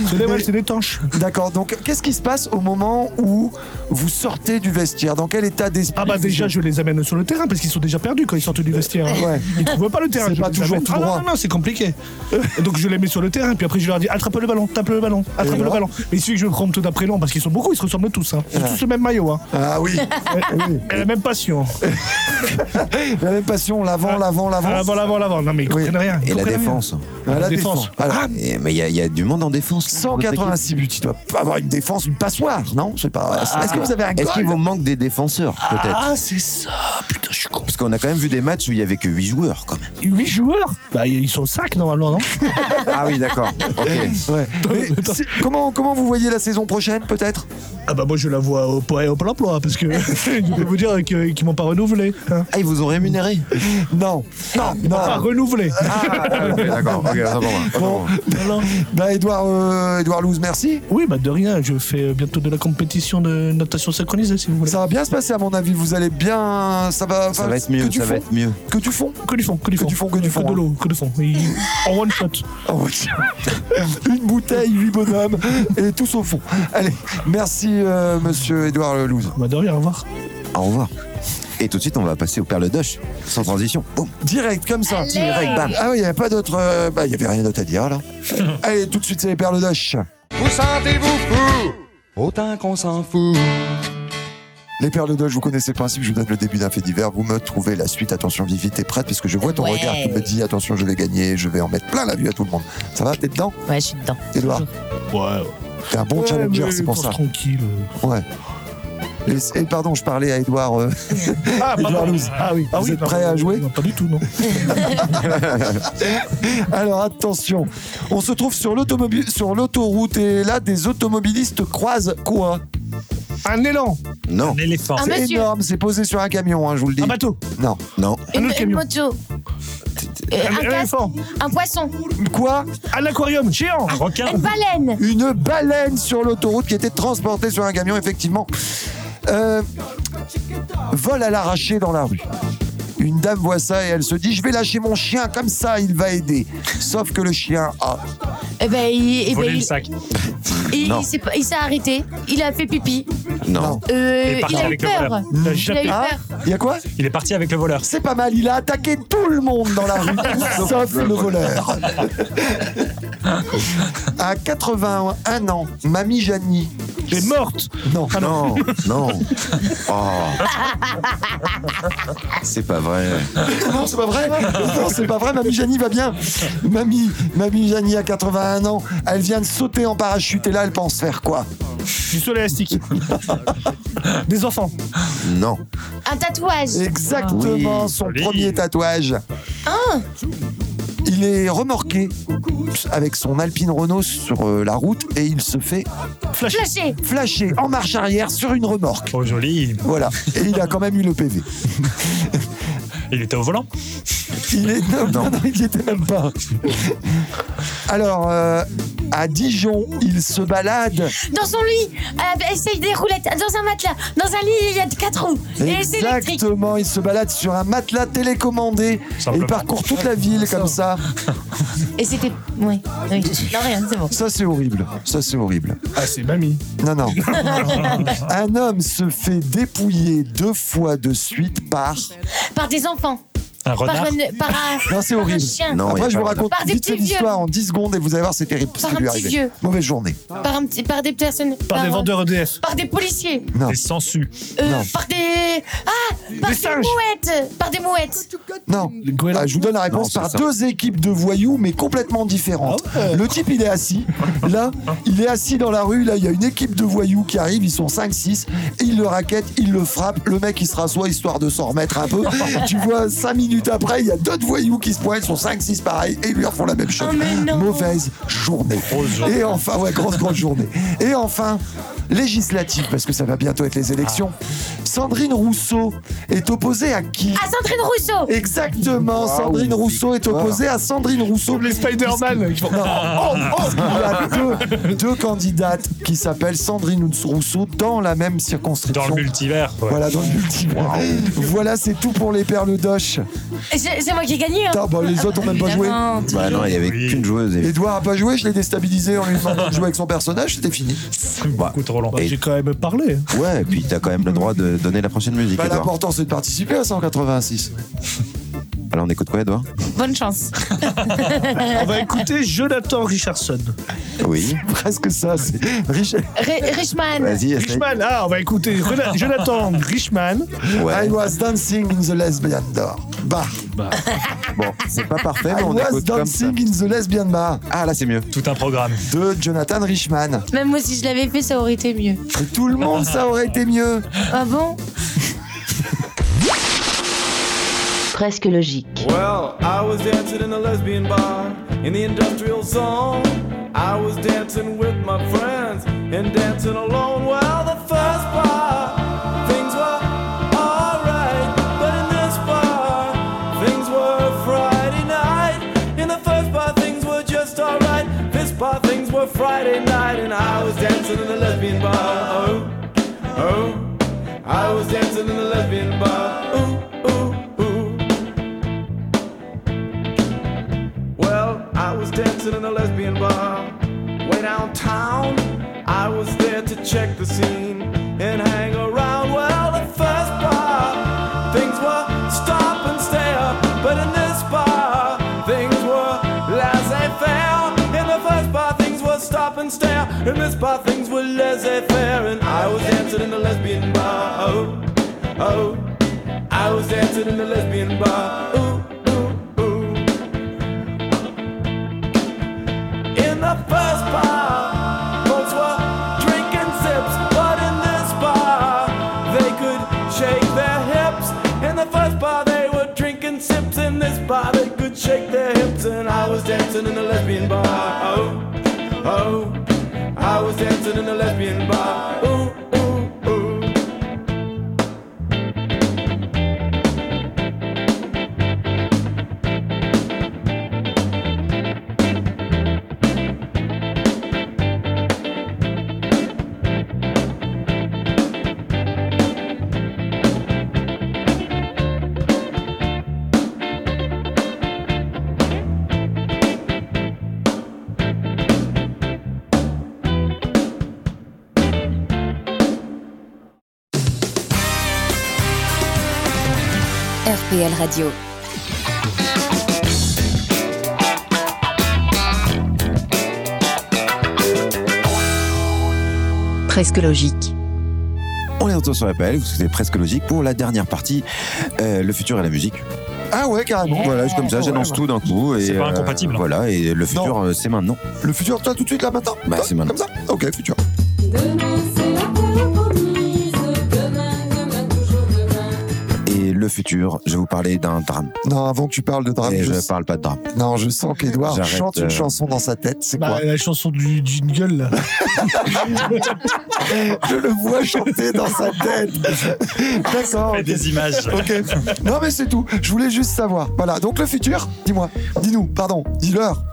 S1: c'est des brels, c'est des tanches.
S5: D'accord, donc qu'est-ce qui se passe au moment où vous sortez du vestiaire Dans quel état d'esprit Euh,
S1: Ah bah déjà, je les amène sur le terrain parce qu'ils sont déjà perdus quand ils sortent du vestiaire. hein. Ils trouvent pas le terrain.
S5: C'est
S1: je
S5: pas
S1: les
S5: toujours
S1: amène.
S5: tout
S1: Ah non,
S5: droit.
S1: non, non, c'est compliqué. Et Donc je les mets sur le terrain, puis après je leur dis attrape le ballon, tape le ballon, attrape le
S5: alors
S1: ballon. Mais il suffit que je prends tout d'un prénom parce qu'ils sont beaucoup, ils se ressemblent tous. Hein. Ils ont
S5: Ah.
S1: tous le même maillot. Hein.
S5: Ah oui.
S1: Et la même passion. Ah.
S5: la même passion, l'avant, l'avant, l'avant.
S1: L'avant, l'avant, l'avant. Non mais ils comprennent rien. ils
S6: Et la
S1: comprennent rien.
S6: défense.
S5: Ah, la défense. Alors,
S6: Et- mais il y, a- il y a du monde en défense.
S5: 186 buts, il doit pas avoir une défense, une passoire, non C'est pas. Est-ce que vous avez un
S6: Ah. Est-ce qu'il
S5: goal
S6: vous manque des défenseurs, peut-être
S1: Ah, c'est ça. Putain, je suis con.
S6: Parce qu'on a quand même vu des matchs où il y avait que 8 joueurs, quand même.
S1: 8 joueurs Bah ils sont 5 normalement, non
S6: Ah oui, d'accord.
S5: Ouais. Mais c'est- comment, comment vous voyez la saison prochaine, peut-être
S1: Ah bah moi je la vois au, au, au Pôle emploi hein, parce que je peux vous dire que- qu'ils m'ont pas renouvelé. hein. Ah,
S6: Ah, ils vous ont rémunéré
S5: Non, non, non. Ah.
S1: Pas renouvelé.
S6: d'accord. Ah, Ok, ça va, ça va.
S5: Bon, bah, Edouard, euh, Edouard Louz, merci.
S1: Oui, bah de rien, je fais bientôt de la compétition de natation synchronisée si vous voulez.
S5: Ça va bien se passer, à mon avis. Vous allez bien. Ça va.
S6: Ça
S5: enfin,
S6: va être mieux,
S5: que du
S6: ça va
S5: fond.
S6: être mieux.
S5: Que du fond.
S1: Que du fond, que du fond.
S5: du fond, que du fond,
S1: de
S5: hein.
S1: l'eau, que du fond. Et- En one shot.
S5: Oh, tiens. Une bouteille, huit bonhommes et tous au fond. Allez, merci euh, monsieur Edouard Lelouze.
S1: Bah de rien, au revoir.
S6: Au revoir. Et tout de suite, on va passer au Perle d'Oche, sans transition. Boum.
S5: Direct, comme ça.
S6: Direct, bam.
S5: Ah oui, il n'y avait pas d'autre. euh, bah, il n'y avait rien d'autre à dire là. Allez, tout de suite, c'est les perles d'Oche.
S8: Vous sentez-vous fou Autant qu'on s'en fout.
S5: Les perles d'Oche, vous connaissez le principe, je vous donne le début d'un fait divers, vous me trouvez la suite. Attention, Vivi, t'es prête parce que je vois ton
S3: Ouais.
S5: regard qui me dit attention, je vais gagner, je vais en mettre plein la vue à tout le monde. Ça va, t'es dedans
S3: Ouais, je suis dedans.
S5: Edouard
S1: Ouais.
S5: T'es un bon challenger,
S1: mais
S5: c'est pour
S1: pense
S5: ça.
S1: tranquille. euh.
S5: Ouais. Et, et pardon, je parlais à Edouard. euh,
S1: Ah,
S5: Edouard
S1: pardon.
S5: Louz.
S1: Ah oui, ah
S5: Vous
S1: oui,
S5: êtes
S1: pardon.
S5: prêt à jouer
S1: Non, Pas du tout, non.
S5: Alors attention, on se trouve sur l'automobile, sur l'autoroute et là des automobilistes croisent quoi
S1: Un élan,
S6: Non,
S4: Un éléphant.
S10: Un
S5: C'est
S10: Ah, monsieur.
S5: énorme, c'est posé sur un camion, hein, je vous le dis.
S1: un bateau,
S5: Non.
S6: non.
S1: un
S10: Une,
S1: autre
S10: une
S1: camion,
S10: moto. Euh,
S1: un,
S10: un,
S1: un
S10: casque.
S1: éléphant,
S10: Un poisson.
S5: Quoi
S1: un aquarium géant.
S4: Un requin.
S10: Ah, Une baleine.
S5: Une baleine sur l'autoroute qui était transportée sur un camion, effectivement. Euh, vol à l'arraché dans la rue. Une dame voit ça et elle se dit je vais lâcher mon chien comme ça il va aider. Sauf que le chien a
S10: Eh ben, il, eh ben,
S4: Voler
S10: il-
S4: le sac.
S10: il-
S6: Non.
S10: il s'est pas- il s'est arrêté. Il a fait pipi.
S6: Non.
S10: Euh,
S4: Et parti
S10: il a eu
S4: avec le
S10: peur.
S4: voleur.
S10: Il a eu
S5: Ah,
S10: peur.
S5: Il y a quoi
S4: Il est parti avec le voleur.
S5: C'est pas mal, il a attaqué tout le monde dans la rue, sauf le voleur. À 81 ans, Mamie Janie.
S1: Elle est morte. Ah
S5: Non.
S6: Non, non. Oh. C'est pas vrai.
S5: Non, c'est pas vrai. Non, c'est pas vrai. Mamie Janie va bien. Mamie, Mamie Janie à 81 ans, elle vient de sauter en parachute et là, elle pense faire quoi
S1: Du sol élastique. Des enfants.
S6: Non.
S10: Un tatouage.
S5: Exactement
S6: Oui,
S5: son
S4: joli.
S5: premier tatouage. Il est remorqué avec son Alpine Renault sur euh, la route et il se fait
S10: Flashé.
S5: flasher en marche arrière sur une remorque.
S4: Oh joli.
S5: Voilà. Et il a quand même E eu le PV.
S4: Il était au volant.
S5: Il est non, non, non, il n'y était même pas. Alors, euh, à Dijon, il se balade.
S10: Dans son lit. Euh, essaye des roulettes. Dans un matelas. Dans un lit, il y a quatre roues. Et c'est électrique.
S5: Exactement, il se balade sur un matelas télécommandé. Et il
S4: Simplement.
S5: parcourt toute la ville comme ça.
S10: Et c'était. Ouais. Oui. Non, rien, c'est bon.
S5: Ça, c'est horrible. Ça, c'est horrible.
S1: Ah, c'est mamie.
S5: Non, non. un homme se fait dépouiller deux fois de suite par.
S10: Par des enfants.
S4: Un renard.
S10: Par, une- par un.
S5: Non, c'est
S10: par un
S5: horrible.
S10: chien.
S6: Non, y a
S5: Après, je
S6: pas
S5: vous
S6: de-
S5: raconte
S10: Par des
S5: vite
S10: petits
S5: cette
S10: vieux.
S5: histoire en 10 secondes et vous allez voir, c'est terrible ce
S10: Par
S5: qui
S10: un
S5: lui est
S10: petit
S5: arrivé.
S10: vieux.
S5: Mauvaise journée.
S10: Par, un petit- par des personnes.
S1: Par des
S10: un-
S1: vendeurs EDF.
S10: Par des policiers.
S5: Non.
S4: Des sangsues.
S10: Euh,
S5: Non.
S10: par des. Ah Par
S1: Des
S10: des,
S1: singes.
S10: mouettes Par des mouettes
S5: Non. Ah, je vous donne la réponse
S6: Non,
S5: par
S6: c'est ça. Ah
S5: deux équipes de voyous, mais complètement différentes. Le type, il est assis. Là, il est assis dans la rue. Là, il y a une équipe de voyous qui arrive. Ils sont 5-6. Il le raquette, il le frappe. Le mec, il se rassoit histoire de s'en remettre un peu. tu vois, 5 minutes après, il y a d'autres voyous qui se pointent. Ils sont 5-6 pareil et ils lui refont la même chose.
S10: Oh, mais non.
S5: Mauvaise journée.
S4: Grosse journée.
S5: Et enfin, ouais, grosse, grosse journée. Et enfin, législatives, parce que ça va bientôt être les élections,
S4: Ah.
S5: Sandrine Rousseau est opposée à qui
S10: À Sandrine Rousseau
S5: Exactement, Sandrine Rousseau est opposée à Sandrine Rousseau. Les
S1: Spider-Man
S5: Non, oh, oh, Il y a deux, deux candidates qui s'appellent Sandrine Rousseau dans la même circonscription.
S4: Dans le multivers. ouais.
S5: Voilà, dans le multivers. Voilà, c'est tout pour les perles d'Oche.
S10: C'est c'est moi qui ai gagné. hein.
S5: Putain, bah, les autres ont même pas joué.
S10: Évidemment,
S6: Bah non, il y avait qu'une joueuse. Et...
S5: Edouard a pas joué, je l'ai déstabilisé en lui demandant de jouer avec son personnage, c'était fini.
S6: Bah,
S4: Beaucoup trop long.
S6: et-
S1: J'ai quand même parlé.
S6: ouais, et puis t'as quand même le droit de donner la prochaine musique,
S5: Bah,
S6: Edouard.
S5: L'important c'est de participer à 186.
S6: Alors on écoute quoi, Edouard
S10: Bonne chance.
S1: On va écouter Jonathan Richardson.
S6: Oui.
S5: Presque ça, c'est Richard.
S10: Ri- Richman.
S6: Vas-y, essaye.
S1: Richman, ah, on va écouter Rena- Jonathan Richman.
S6: Ouais.
S5: I was dancing in the lesbian door. Bar.
S1: Bah.
S6: Bon, c'est pas parfait, mais
S5: I
S6: on
S5: was
S6: écoute comme ça.
S5: dancing in the lesbian bar
S6: Ah là, c'est mieux.
S4: Tout un programme.
S5: de Jonathan Richman.
S10: Même moi, si je l'avais fait, ça aurait été mieux.
S5: Et tout le monde, ça aurait été mieux.
S10: Ah bon
S2: presque logique,
S11: Well, I was dancing in a lesbian bar in the industrial zone. I was dancing with my friends and dancing alone. Well, the first bar, things were alright. But in this bar, things were Friday night. In the first bar, things were just alright. This bar, things were Friday night. And I was dancing in a lesbian bar. Oh, oh. I was dancing in a lesbian bar. Ooh, ooh, ooh. Well, I was dancing in a lesbian bar way downtown. I was there to check the scene and hang around. Well, the first bar, things were stop and stare. But in this bar, things were laissez faire. In the first bar, things were stop and stare. In this bar, things were laissez faire. And I was dancing in a lesbian bar. Oh, oh. I was dancing in a lesbian bar. Ooh, ooh, ooh. In the first bar, folks were drinking sips, but in this bar, they could shake their hips. In the first bar, they were drinking sips. In this bar, they could shake their hips, and I was dancing in a lesbian bar. Oh, oh, I was dancing in a lesbian bar. Ooh, ooh, ooh.
S9: RPL Radio. Presque logique.
S6: On est retour sur la PL, c'était presque logique pour la dernière partie, euh, le futur et la musique.
S5: Ah ouais, carrément.
S6: Voilà, je- comme ça, j'annonce tout d'un coup. et,
S4: C'est pas
S6: euh,
S4: incompatible, hein.
S6: voilà, et le futur, euh, c'est maintenant.
S5: Le futur, toi, tout de suite, là, maintenant
S6: Bah, c'est maintenant.
S5: Comme ça Ok, futur.
S12: Demain, c'est la terre promise. Demain, demain, toujours demain.
S6: Et le futur, je vais vous parler d'un drame.
S5: Non, avant que tu parles de drame,
S6: et
S5: je,
S6: je parle pas de drame.
S5: non, je sens qu'Edouard
S6: J'arrête,
S5: chante une
S6: euh,
S5: chanson dans sa tête. C'est
S1: Bah,
S5: quoi
S1: la chanson du jingle, là.
S5: Ah, Je le vois chanter dans sa tête. D'accord.
S4: Fais
S5: ok.
S4: des images.
S5: Ok. Non, mais c'est tout. Je voulais juste savoir. Voilà. Donc le futur, dis-moi. Dis-nous, pardon. Dis-leur.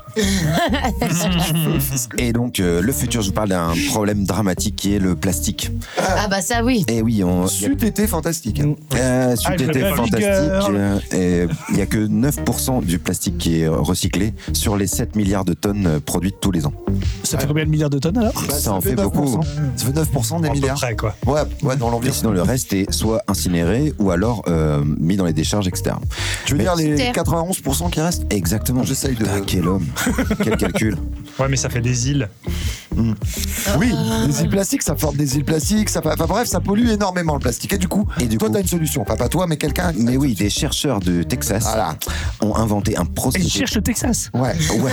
S6: Et donc, euh, le futur, je vous parle d'un problème dramatique qui est le plastique.
S10: Ah bah ça, oui.
S6: Et oui, on. y a-
S5: C'eût été fantastique.
S6: Euh, c'eût
S1: Ah,
S6: été
S1: je l'avais
S6: fantastique.
S1: dit,
S6: euh, et Il n'y a que 9% du plastique qui est recyclé sur les 7 milliards de tonnes euh, produites tous les ans.
S1: Ça fait combien de milliards de tonnes, alors
S5: Bah,
S6: ça, en fait beaucoup.
S5: 9%. Ça fait 9% des
S4: À peu
S5: milliards.
S4: près, quoi.
S5: Ouais, ouais, dans
S6: Et
S5: l'environ.
S6: sinon, le reste est soit incinéré ou alors euh, mis dans les décharges externes.
S5: Tu veux
S6: Mais-
S5: dire les
S10: Terre.
S5: 91% qui restent
S6: Exactement.
S5: J'essaye de-
S6: Putain, quel homme. quel calcul.
S4: Ouais, mais ça fait des îles.
S5: Oui, les îles plastiques, ça forme des îles plastiques. Ça... Enfin bref, ça pollue énormément le plastique. Et du coup,
S6: Et du
S5: toi,
S6: coup-
S5: t'as une solution. Enfin, pas toi, mais quelqu'un.
S6: Mais oui, des chercheurs de Texas
S5: Voilà.
S6: ont inventé un
S1: Et
S6: procédé.
S1: je cherche le Texas.
S5: Ouais.
S6: Ouais.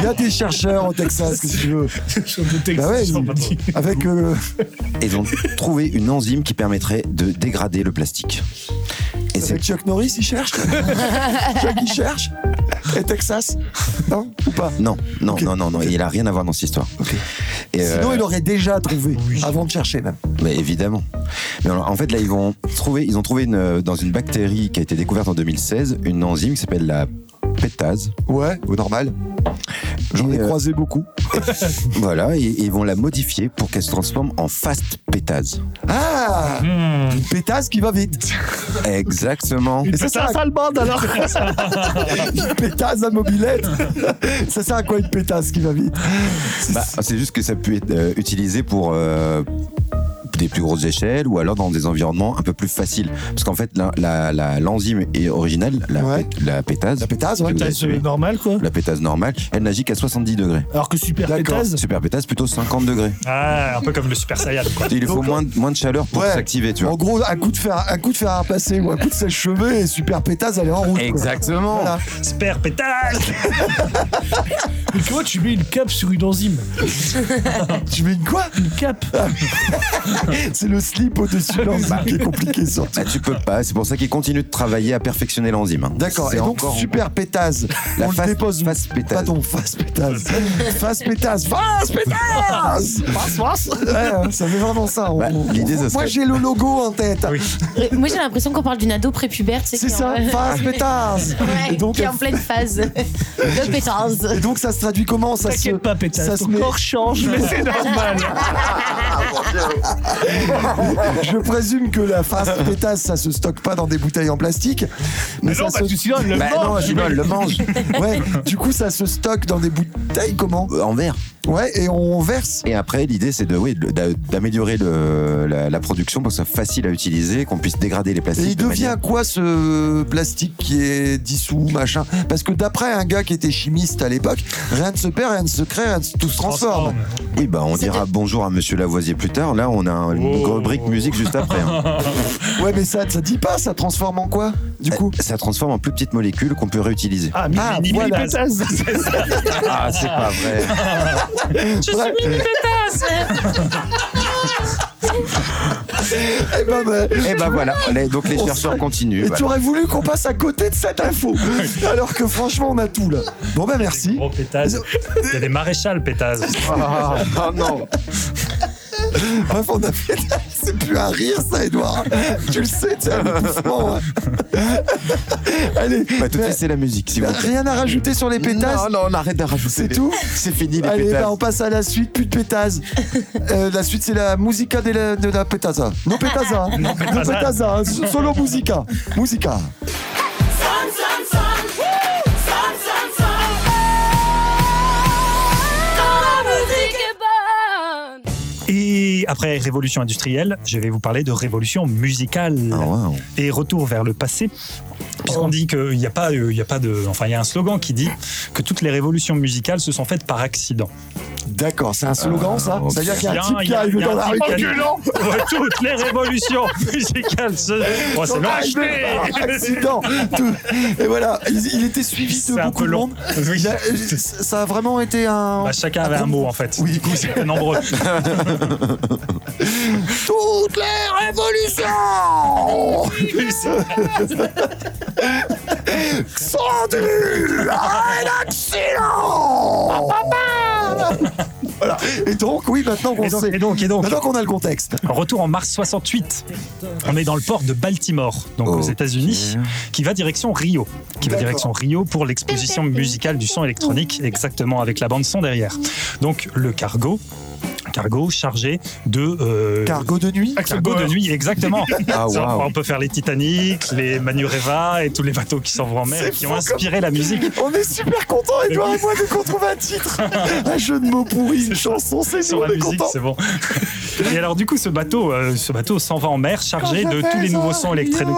S5: Il y a des chercheurs au Texas, si tu veux.
S1: Le Texas,
S5: Bah ouais,
S1: j'en
S5: il-
S1: ai dit.
S5: Avec euh,
S6: Ils ont trouvé une enzyme qui permettrait de dégrader le plastique. Et c'est
S5: Avec Chuck Norris, il cherche Chuck, il cherche Et Texas Non Ou pas
S6: Non, non, non, non, non, il a rien à voir dans cette histoire. Et, euh,
S5: Sinon, il aurait déjà trouvé, avant de chercher même.
S6: Mais évidemment. Mais alors, en fait, là, ils vont trouver, ils ont trouvé une- euh, dans une bactérie qui a été découverte en 2016 une enzyme qui s'appelle la pétase.
S5: Ouais, au normal. J'en ai croisé beaucoup.
S6: euh, voilà, et et ils vont la modifier pour qu'elle se transforme en fast pétase.
S5: Ah Une pétasse qui va vite.
S6: Exactement.
S5: Et c'est ça la sale bande alors Une pétasse à mobilette Ça sert à quoi une pétasse qui va vite
S6: Bah, c'est juste que ça peut être euh, utilisé pour euh, des plus grosses échelles ou alors dans des environnements un peu plus faciles. Parce qu'en fait, la- la- la- l'enzyme est originale, la, pét- la pétase. La
S5: pétase,
S1: La pétase, euh, normale, quoi.
S6: La pétase normale, elle n'agit qu'à 70 degrés.
S1: Alors que super pétase.
S6: Super pétase, plutôt 50 degrés.
S4: Ah, un peu comme le Super Saiyan. Quoi.
S6: Il faut moins, de- moins de chaleur pour
S5: Ouais.
S6: s'activer, tu vois.
S5: En gros, un coup de fer, un coup de fer à passer ou un coup de sèche-cheveux et super pétasse, elle est en route. quoi.
S6: Exactement.
S5: Voilà.
S4: Super pétasse
S1: Mais comment tu mets une cape sur une enzyme
S5: Tu mets une quoi
S1: Une cape
S5: C'est le slip au-dessus de l'enzyme qui est compliqué surtout.
S6: Bah, tu peux pas, c'est pour ça qu'ils continuent de travailler à perfectionner l'enzyme. hein.
S5: D'accord,
S6: C'est
S5: et donc
S6: encore-
S5: super pétase.
S6: La
S5: On
S6: face-
S5: le dépose.
S6: face pétase.
S5: Pardon, face pétase. face pétase. Face pétase Face, face Bah, Ouais, ouais, Ça fait vraiment ça. on- on-
S6: l'idée, ce
S5: Moi,
S6: serait-
S5: j'ai le logo en tête.
S10: Euh, Moi, j'ai l'impression qu'on parle d'une ado prépubère.
S5: C'est ça, phase pétase.
S10: Ouais,
S5: Et donc,
S10: qui est en
S5: elle-
S10: pleine phase de pétase.
S5: Et donc, ça se traduit comment ça se...
S1: T'inquiète pas, pétase,
S5: Ça
S1: ton corps change, mais c'est normal.
S5: Je présume que la face pétasse, ça se stocke pas dans des bouteilles en plastique.
S1: Mais non,
S5: ça
S1: parce
S5: se...
S1: que sinon, elle le Bah mange. non, sinon, elle le mange.
S5: ouais, du coup, ça se stocke dans des bouteilles comment
S6: En verre.
S5: Ouais, et on verse.
S6: Et après, l'idée, c'est de, oui, de- d'a- d'améliorer le- la, la production pour que ce soit facile à utiliser, qu'on puisse dégrader les plastiques.
S5: Et il
S6: de manière-
S5: devient quoi ce plastique qui est dissous, machin Parce que d'après un gars qui était chimiste à l'époque, rien ne se perd, rien ne se crée, rien ne se- tout se transforme.
S6: Oui, bah on dira bonjour à Monsieur Lavoisier plus tard. Là, on a une rubrique musique juste après. hein.
S5: Ouais, mais ça, ça dit pas, ça transforme en quoi Du coup
S6: Eh, Ça transforme en plus petites molécules qu'on peut réutiliser.
S1: Ah, mini,
S5: Ah,
S1: mini
S5: voilà.
S1: pétase. C'est ça.
S6: Ah, c'est pas vrai.
S5: Je suis mini pétasse Et ben, ben,
S6: Et bah voilà. Les- donc les
S5: On
S6: chercheurs
S5: serait-
S6: continuent.
S5: Et
S6: voilà.
S5: tu aurais voulu qu'on passe à côté de cette info Alors que franchement, on a tout là. Bon ben merci.
S4: Gros pétase. Il y a des maréchals pétase.
S6: Ah, ah, non.
S5: Bref, on a fait. C'est plus un rire ça, Edouard. tu le sais, tu sais, le doucement, hein. Allez.
S6: Bah, tout de
S5: mais-
S6: suite, c'est la musique. Si vous plaît.
S5: Rien à rajouter sur les pétasses
S6: Non, non, on arrête de rajouter.
S5: C'est
S6: les-
S5: tout
S6: C'est fini les
S5: Allez,
S6: pétasses.
S5: bah, on passe à la suite, plus de pétasses. Euh, la suite, c'est la musica de la, de la pétasa. Non pétasa. hein. Non
S4: pétasa. Oh,
S5: pétasa. hein. Solo musica. Musica.
S12: Son, son, son. Son, son, son. Quand la musique est bonne.
S4: Et après révolution industrielle, je vais vous parler de révolution musicale
S6: Ah, waouh.
S4: et retour vers le passé. Puisqu'on dit qu'il n'y a pas, euh, il y a pas de, enfin il y a un slogan qui dit que toutes les révolutions musicales se sont faites par accident.
S5: D'accord, c'est un slogan ça
S6: ok.
S5: C'est-à-dire qu'il y a un
S4: Il y a-
S5: type
S4: il
S5: qui
S4: y a-
S5: arrive
S4: il y a
S5: dans
S4: un
S5: la rue.
S4: type qui arrive. Toutes les révolutions musicales se, oh, c'est long à
S5: arrivés
S4: acheter.
S5: par accident. Tout- Et voilà, il, il était suivi
S4: C'est
S5: de
S4: un
S5: beaucoup
S4: peu
S5: de
S4: long.
S5: monde.
S4: Oui.
S5: Il a- euh, ça a vraiment été un.
S4: Bah, chacun avait un mot en fait.
S5: Oui.
S4: Du coup, c'était nombreux.
S5: Toutes les révolutions sont dues à un accident. Voilà. Et donc, oui, maintenant qu'on
S4: Et donc,
S5: sait.
S4: et donc, et donc.
S5: Maintenant qu'on a le contexte.
S4: Retour en mars 68. On est dans le port de Baltimore, donc aux
S6: Ok.
S4: États-Unis, qui va direction Rio, qui va
S5: D'accord.
S4: direction Rio pour l'exposition musicale du son électronique, exactement avec la bande son derrière. Donc le cargo, cargo chargé de euh,
S5: Cargo de nuit
S4: cargo de nuit, exactement.
S6: Ah,
S4: Ça,
S6: waouh.
S4: On peut faire les Titanic, les Manureva et tous les bateaux qui s'en vont en mer
S5: C'est
S4: et qui ont
S5: fou
S4: inspiré la musique.
S5: On est super contents, Edouard
S4: oui.
S5: et moi, dès qu'on trouve un titre. Un jeu de mots pourri, une chanson, c'est nous,
S4: sur
S5: on
S4: la
S5: est
S4: musique,
S5: contents.
S4: c'est bon. Et alors du coup, ce bateau, euh, ce bateau s'en va en mer chargé de tous les nouveaux sons électroniques.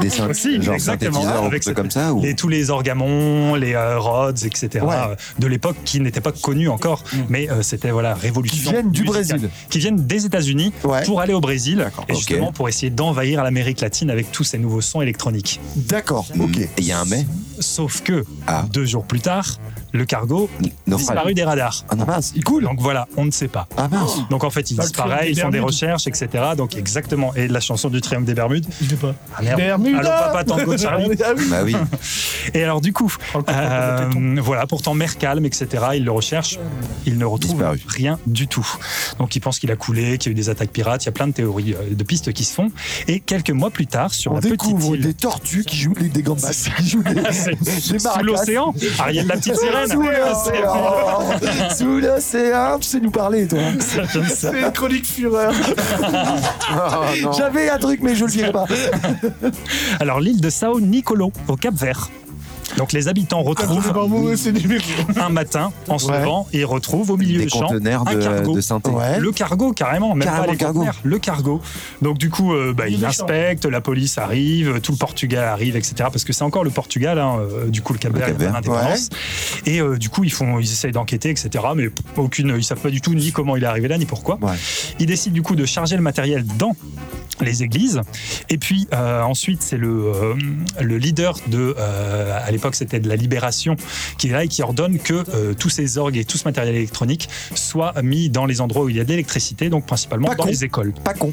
S6: Des synth-
S4: Aussi,
S6: genre
S4: exactement,
S6: synthétiseurs ou
S4: avec
S6: des trucs
S4: ce-
S6: comme ça ou...
S4: les, tous les orgamons, les euh, Rhodes, etc. euh, de l'époque qui n'étaient pas connus encore,
S6: Mm.
S4: mais euh, c'était voilà révolution.
S5: Qui viennent du
S4: musicale.
S5: Brésil.
S4: qui viennent des États-Unis
S5: Ouais.
S4: pour aller au Brésil et
S6: ok.
S4: justement pour essayer d'envahir l'Amérique latine avec tous ces nouveaux sons électroniques.
S5: D'accord, ok.
S6: Mm. Et il y a un mais Ah.
S4: Sauf que deux jours plus tard, le cargo
S6: Mm.
S4: disparu des radars.
S6: Ah mince, il
S4: coule. Donc voilà, on ne sait pas.
S6: Ah mince.
S4: Donc en fait, ils
S1: Dans le
S4: disparaissent,
S1: triangle
S4: ils
S1: des
S4: font des
S1: Bermudes.
S4: recherches, etc. Donc exactement. Et la chanson du Triangle des Bermudes.
S1: Je sais pas.
S4: Ah merde.
S1: Bermuda
S4: Allô, papa, tango Charlie.
S1: Ah oui.
S6: Bah oui.
S4: Et alors du coup,
S5: Oh,
S4: euh, voilà, pourtant mer calme, etc. Ils le recherchent, ils ne retrouvent rien du tout. Donc ils pensent qu'il a coulé, qu'il y a eu des attaques pirates. Il y a plein de théories, euh, de pistes qui se font. Et quelques mois plus tard, sur
S5: On
S4: la petite
S5: découvre
S4: île Ah,
S5: des tortues qui jouent les- des gambas, qui jouent des,
S4: C'est-
S5: des
S4: sous
S5: maracas.
S4: l'océan. Ah, Ariel la petite sirène. Ah,
S5: Sous l'océan. Sous l'océan. Tu sais nous parler, toi.
S1: C'est une chronique fureur.
S6: Ah,
S4: non.
S5: J'avais un truc, mais je le dirai pas.
S4: Alors l'île de Sao Nicolo, au Cap Vert. Donc les habitants retrouvent un matin en se
S6: Ouais.
S4: levant et ils retrouvent au milieu
S6: Des
S4: des champs
S6: conteneurs
S4: un
S6: de-
S4: cargo.
S6: de synthé. Ouais.
S4: Le cargo carrément, même
S6: Carrément
S4: pas les
S6: le cargo.
S4: conteneurs, le cargo. Donc du coup, euh, bah, ils inspectent, la police arrive, tout le Portugal arrive, etc. Parce que c'est encore le Portugal, hein, euh, du coup le Cap Vert, il y a pas d'indépendance. Et euh, du coup, ils font, ils essayent d'enquêter, etc. Mais aucune, ils savent pas du tout ni comment il est arrivé là ni pourquoi. Ils décident du coup de charger le matériel dans les églises. Et puis euh, ensuite, c'est le, euh, le leader de, euh, à l'époque, c'était de la Libération, qui est là et qui ordonne que euh, tous ces orgues et tout ce matériel électronique soient mis dans les endroits où il y a de l'électricité, donc principalement dans les écoles.
S6: Pas con.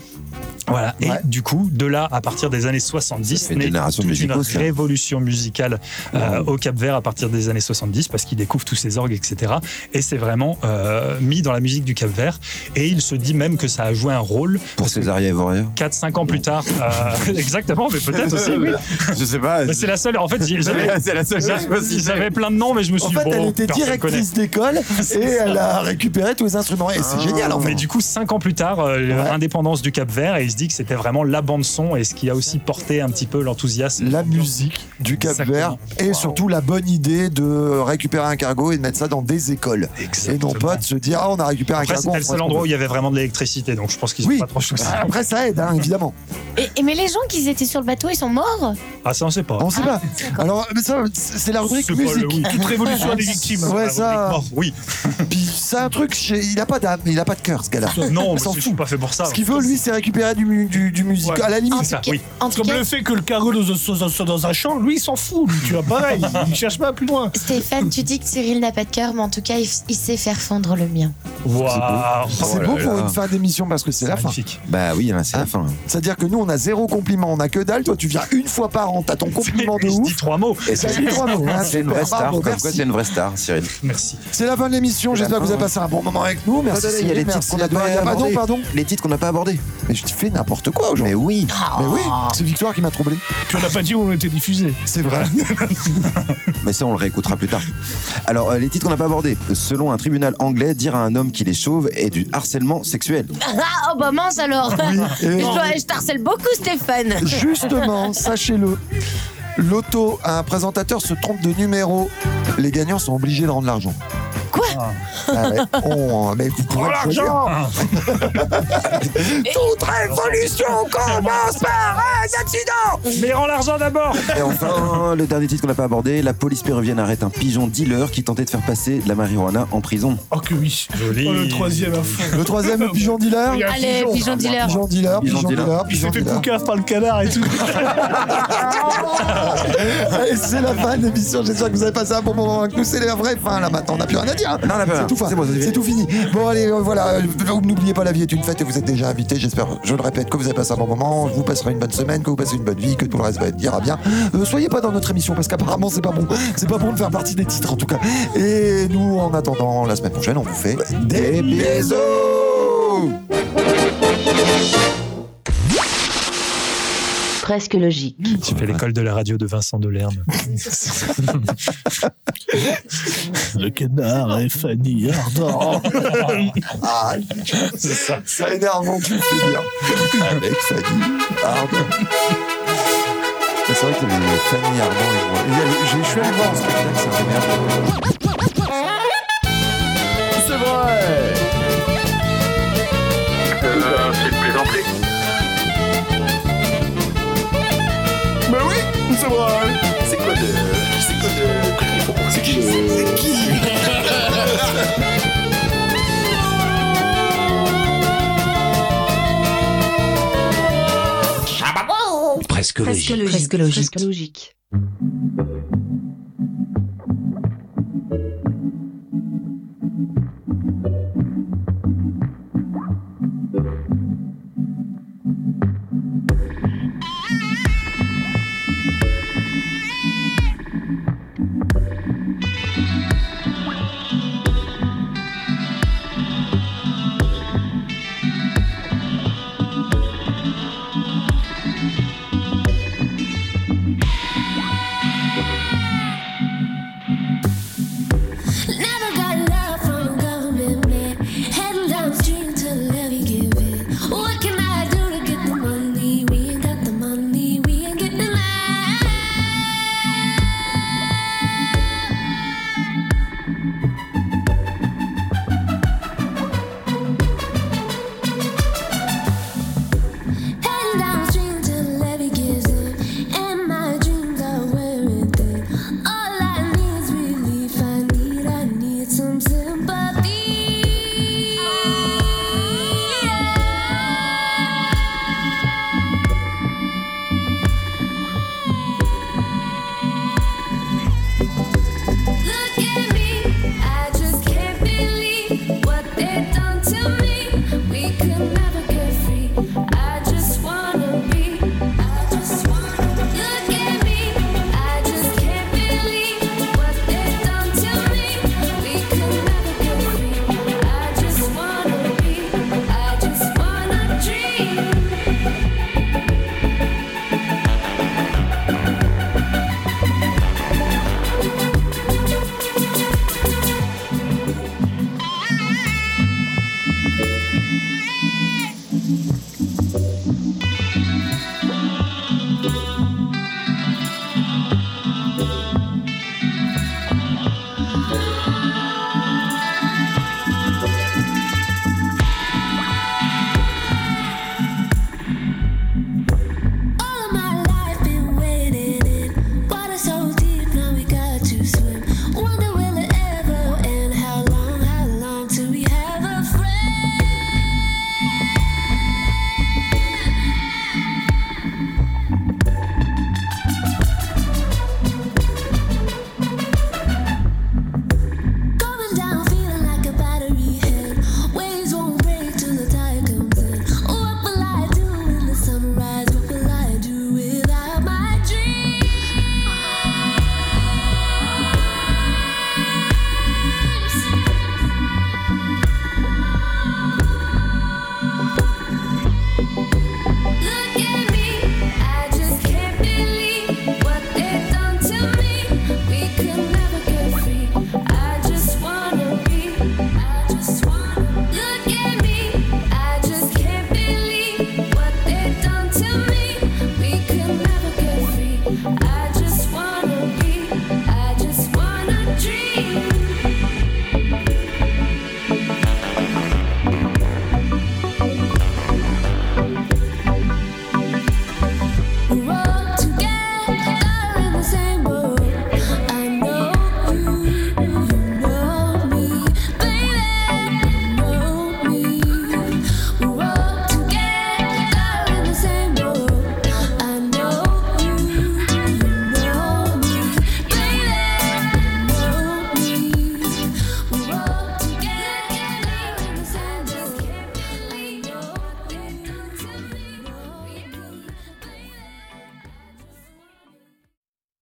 S4: Voilà. Et du coup, de là, à partir des années 70,
S6: fait une
S4: naît
S6: génération de
S4: toute une
S6: musicos, là.
S4: révolution musicale euh, au Cap Vert à partir des années 70, parce qu'il découvre tous ces orgues, etc. Et c'est vraiment euh, mis dans la musique du Cap Vert. Et il se dit même que ça a joué un rôle.
S6: Pour César Yavoria.
S4: 4-5 ans plus tard, euh, exactement, mais peut-être aussi, oui.
S6: Je sais pas.
S4: Mais c'est la seule, en fait, j'ai- j'avais,
S6: C'est la seule chose possible.
S4: j'avais plein de noms, mais je me suis
S5: En
S4: dit,
S5: fait,
S4: bon,
S5: elle était
S4: personne connaît.
S5: directrice d'école et elle a récupéré tous les instruments. Et
S4: Ah.
S5: c'est génial, en fait.
S4: Mais du coup, cinq ans plus tard, euh, l'indépendance du Cap Vert, et il se dit que c'était vraiment la bande son et ce qui a aussi porté un petit peu l'enthousiasme.
S5: La musique du Cap Vert et surtout la bonne idée de récupérer un cargo et de mettre ça dans des écoles. Et non pas de se dire ah on a récupéré
S4: Après,
S5: un cargo.
S4: c'était
S5: on
S4: le
S5: fera
S4: seul
S5: ce qu'on
S4: endroit où
S5: veut.
S4: il y avait vraiment de l'électricité, donc je pense qu'ils sont
S5: Oui.
S4: pas trop choisi.
S5: Après ça aide hein, évidemment.
S10: Et, et mais les gens qui étaient sur le bateau, ils sont morts
S4: Ah ça on sait pas. Ah.
S5: On sait pas. Alors mais ça c'est la rubrique
S4: C'est pas le- oui.
S5: musique.
S4: Toute révolution a des victimes.
S5: Ouais
S4: hein, La rubrique
S5: ça.
S4: mort, oui.
S5: Puis c'est un truc chez- il a pas d'âme, il a pas de cœur ce gars-là.
S4: Non,
S5: Il s'en
S4: je suis
S5: fout.
S4: pas fait pour ça.
S5: Ce qu'il veut lui c'est récupérer du mu- du du musique à la limite.
S1: oui. Comme le fait que le cargo dans, dans- dans- dans un champ, lui, il s'en fout. Lui, tu vois, pareil, il, il cherche pas plus loin.
S10: Stéphane, tu dis que Cyril n'a pas de cœur, mais en tout cas, il, f- il sait faire fondre le mien.
S5: C'est beau pour une fin d'émission parce que c'est la fin.
S6: Bah oui, là, c'est
S5: Ah.
S6: la fin.
S5: C'est-à-dire que nous, on a zéro compliment, on a que dalle. Toi, tu viens une fois par an, t'as ton compliment de ouf.
S4: trois mots.
S6: Et
S5: T'as dit trois mots. hein,
S6: C'est une
S5: super,
S6: vraie star.
S5: bravo,
S6: Comme quoi,
S5: merci.
S6: c'est une vraie star, Cyril.
S4: Merci.
S5: C'est la fin de l'émission. J'espère que vous avez passé un bon moment avec nous. Merci.
S6: Il y a les
S5: Cyril,
S6: titres
S5: merci,
S6: qu'on n'a pas
S5: Adrien.
S6: abordés.
S5: Pardon, pardon.
S6: Les titres qu'on n'a pas abordés.
S5: Mais je fais n'importe quoi
S6: Mais
S5: aujourd'hui.
S6: oui.
S5: Mais oui, c'est Victoire qui m'a troublé.
S1: Puis on n'a pas dit où on était diffusé.
S5: C'est vrai.
S6: Mais ça, on le réécoutera plus tard. Alors, euh, les titres qu'on n'a pas abordés. Selon un tribunal anglais, dire à un homme qu'il est chauve est du harcèlement sexuel.
S10: Ah, oh bah mince alors
S5: et-
S10: je, dois- je t'harcèle beaucoup, Stéphane
S5: Justement, sachez-le. L'auto, un présentateur se trompe de numéro. Les gagnants sont obligés de rendre l'argent.
S10: Quoi
S5: Ah ouais, on- mais vous pourrez le choisir.
S12: Ah. Toute révolution commence par un accident
S4: Mais rends l'argent d'abord
S6: Et enfin, le dernier titre qu'on n'a pas abordé, la police péruvienne arrête un pigeon dealer qui tentait de faire passer de la marijuana en prison.
S1: Oh que oui.
S4: Joli.
S1: Oh, le troisième à fond.
S5: Le troisième, le pigeon dealer.
S1: Il y a un
S10: Allez, pigeon dealer.
S5: Pigeon dealer,
S6: Pigeon
S5: pigeon
S6: dealer.
S5: dealer,
S1: Il
S5: pigeon
S1: s'est fait
S5: dealer.
S1: poucave par le canard et tout.
S5: Allez, Ah, c'est la fin de l'émission. J'espère que vous avez passé un bon moment avec nous. C'est la vraie fin là maintenant. On n'a plus rien à dire. hein.
S6: Non, on n'a plus rien.
S5: C'est tout, fin.
S6: C'est bon, c'est fini.
S5: C'est tout fini. Bon, allez, euh, voilà. euh, N'oubliez pas, la vie est une fête et vous êtes déjà invité. J'espère, je le répète, que vous avez passé un bon moment. Vous passerez une bonne semaine, que vous passez une bonne vie, que tout le reste va être ira bien. Euh, soyez pas dans notre émission parce qu'apparemment, c'est pas bon. C'est pas bon de faire partie des titres en tout cas. Et nous, en attendant la semaine prochaine, on vous fait des bisous.
S2: Presque logique.
S4: Tu fais l'école de la radio de Vincent Delerme.
S1: Le canard est Fanny Ardent.
S5: Ah,
S4: Oh. C'est ça.
S5: ça énerve, tu le fais bien. Avec Fanny Ardant.
S6: C'est vrai qu'il y avait Fanny Ardant et moi. Il y a- j'ai- Je suis allé voir un spectacle, c'est un démerde.
S12: C'est vrai
S14: c'est de plaisanterie.
S12: Mais oui, c'est vrai C'est quoi de... C'est quoi de... C'est qui C'est qui
S2: Presque logique. Presque logique. I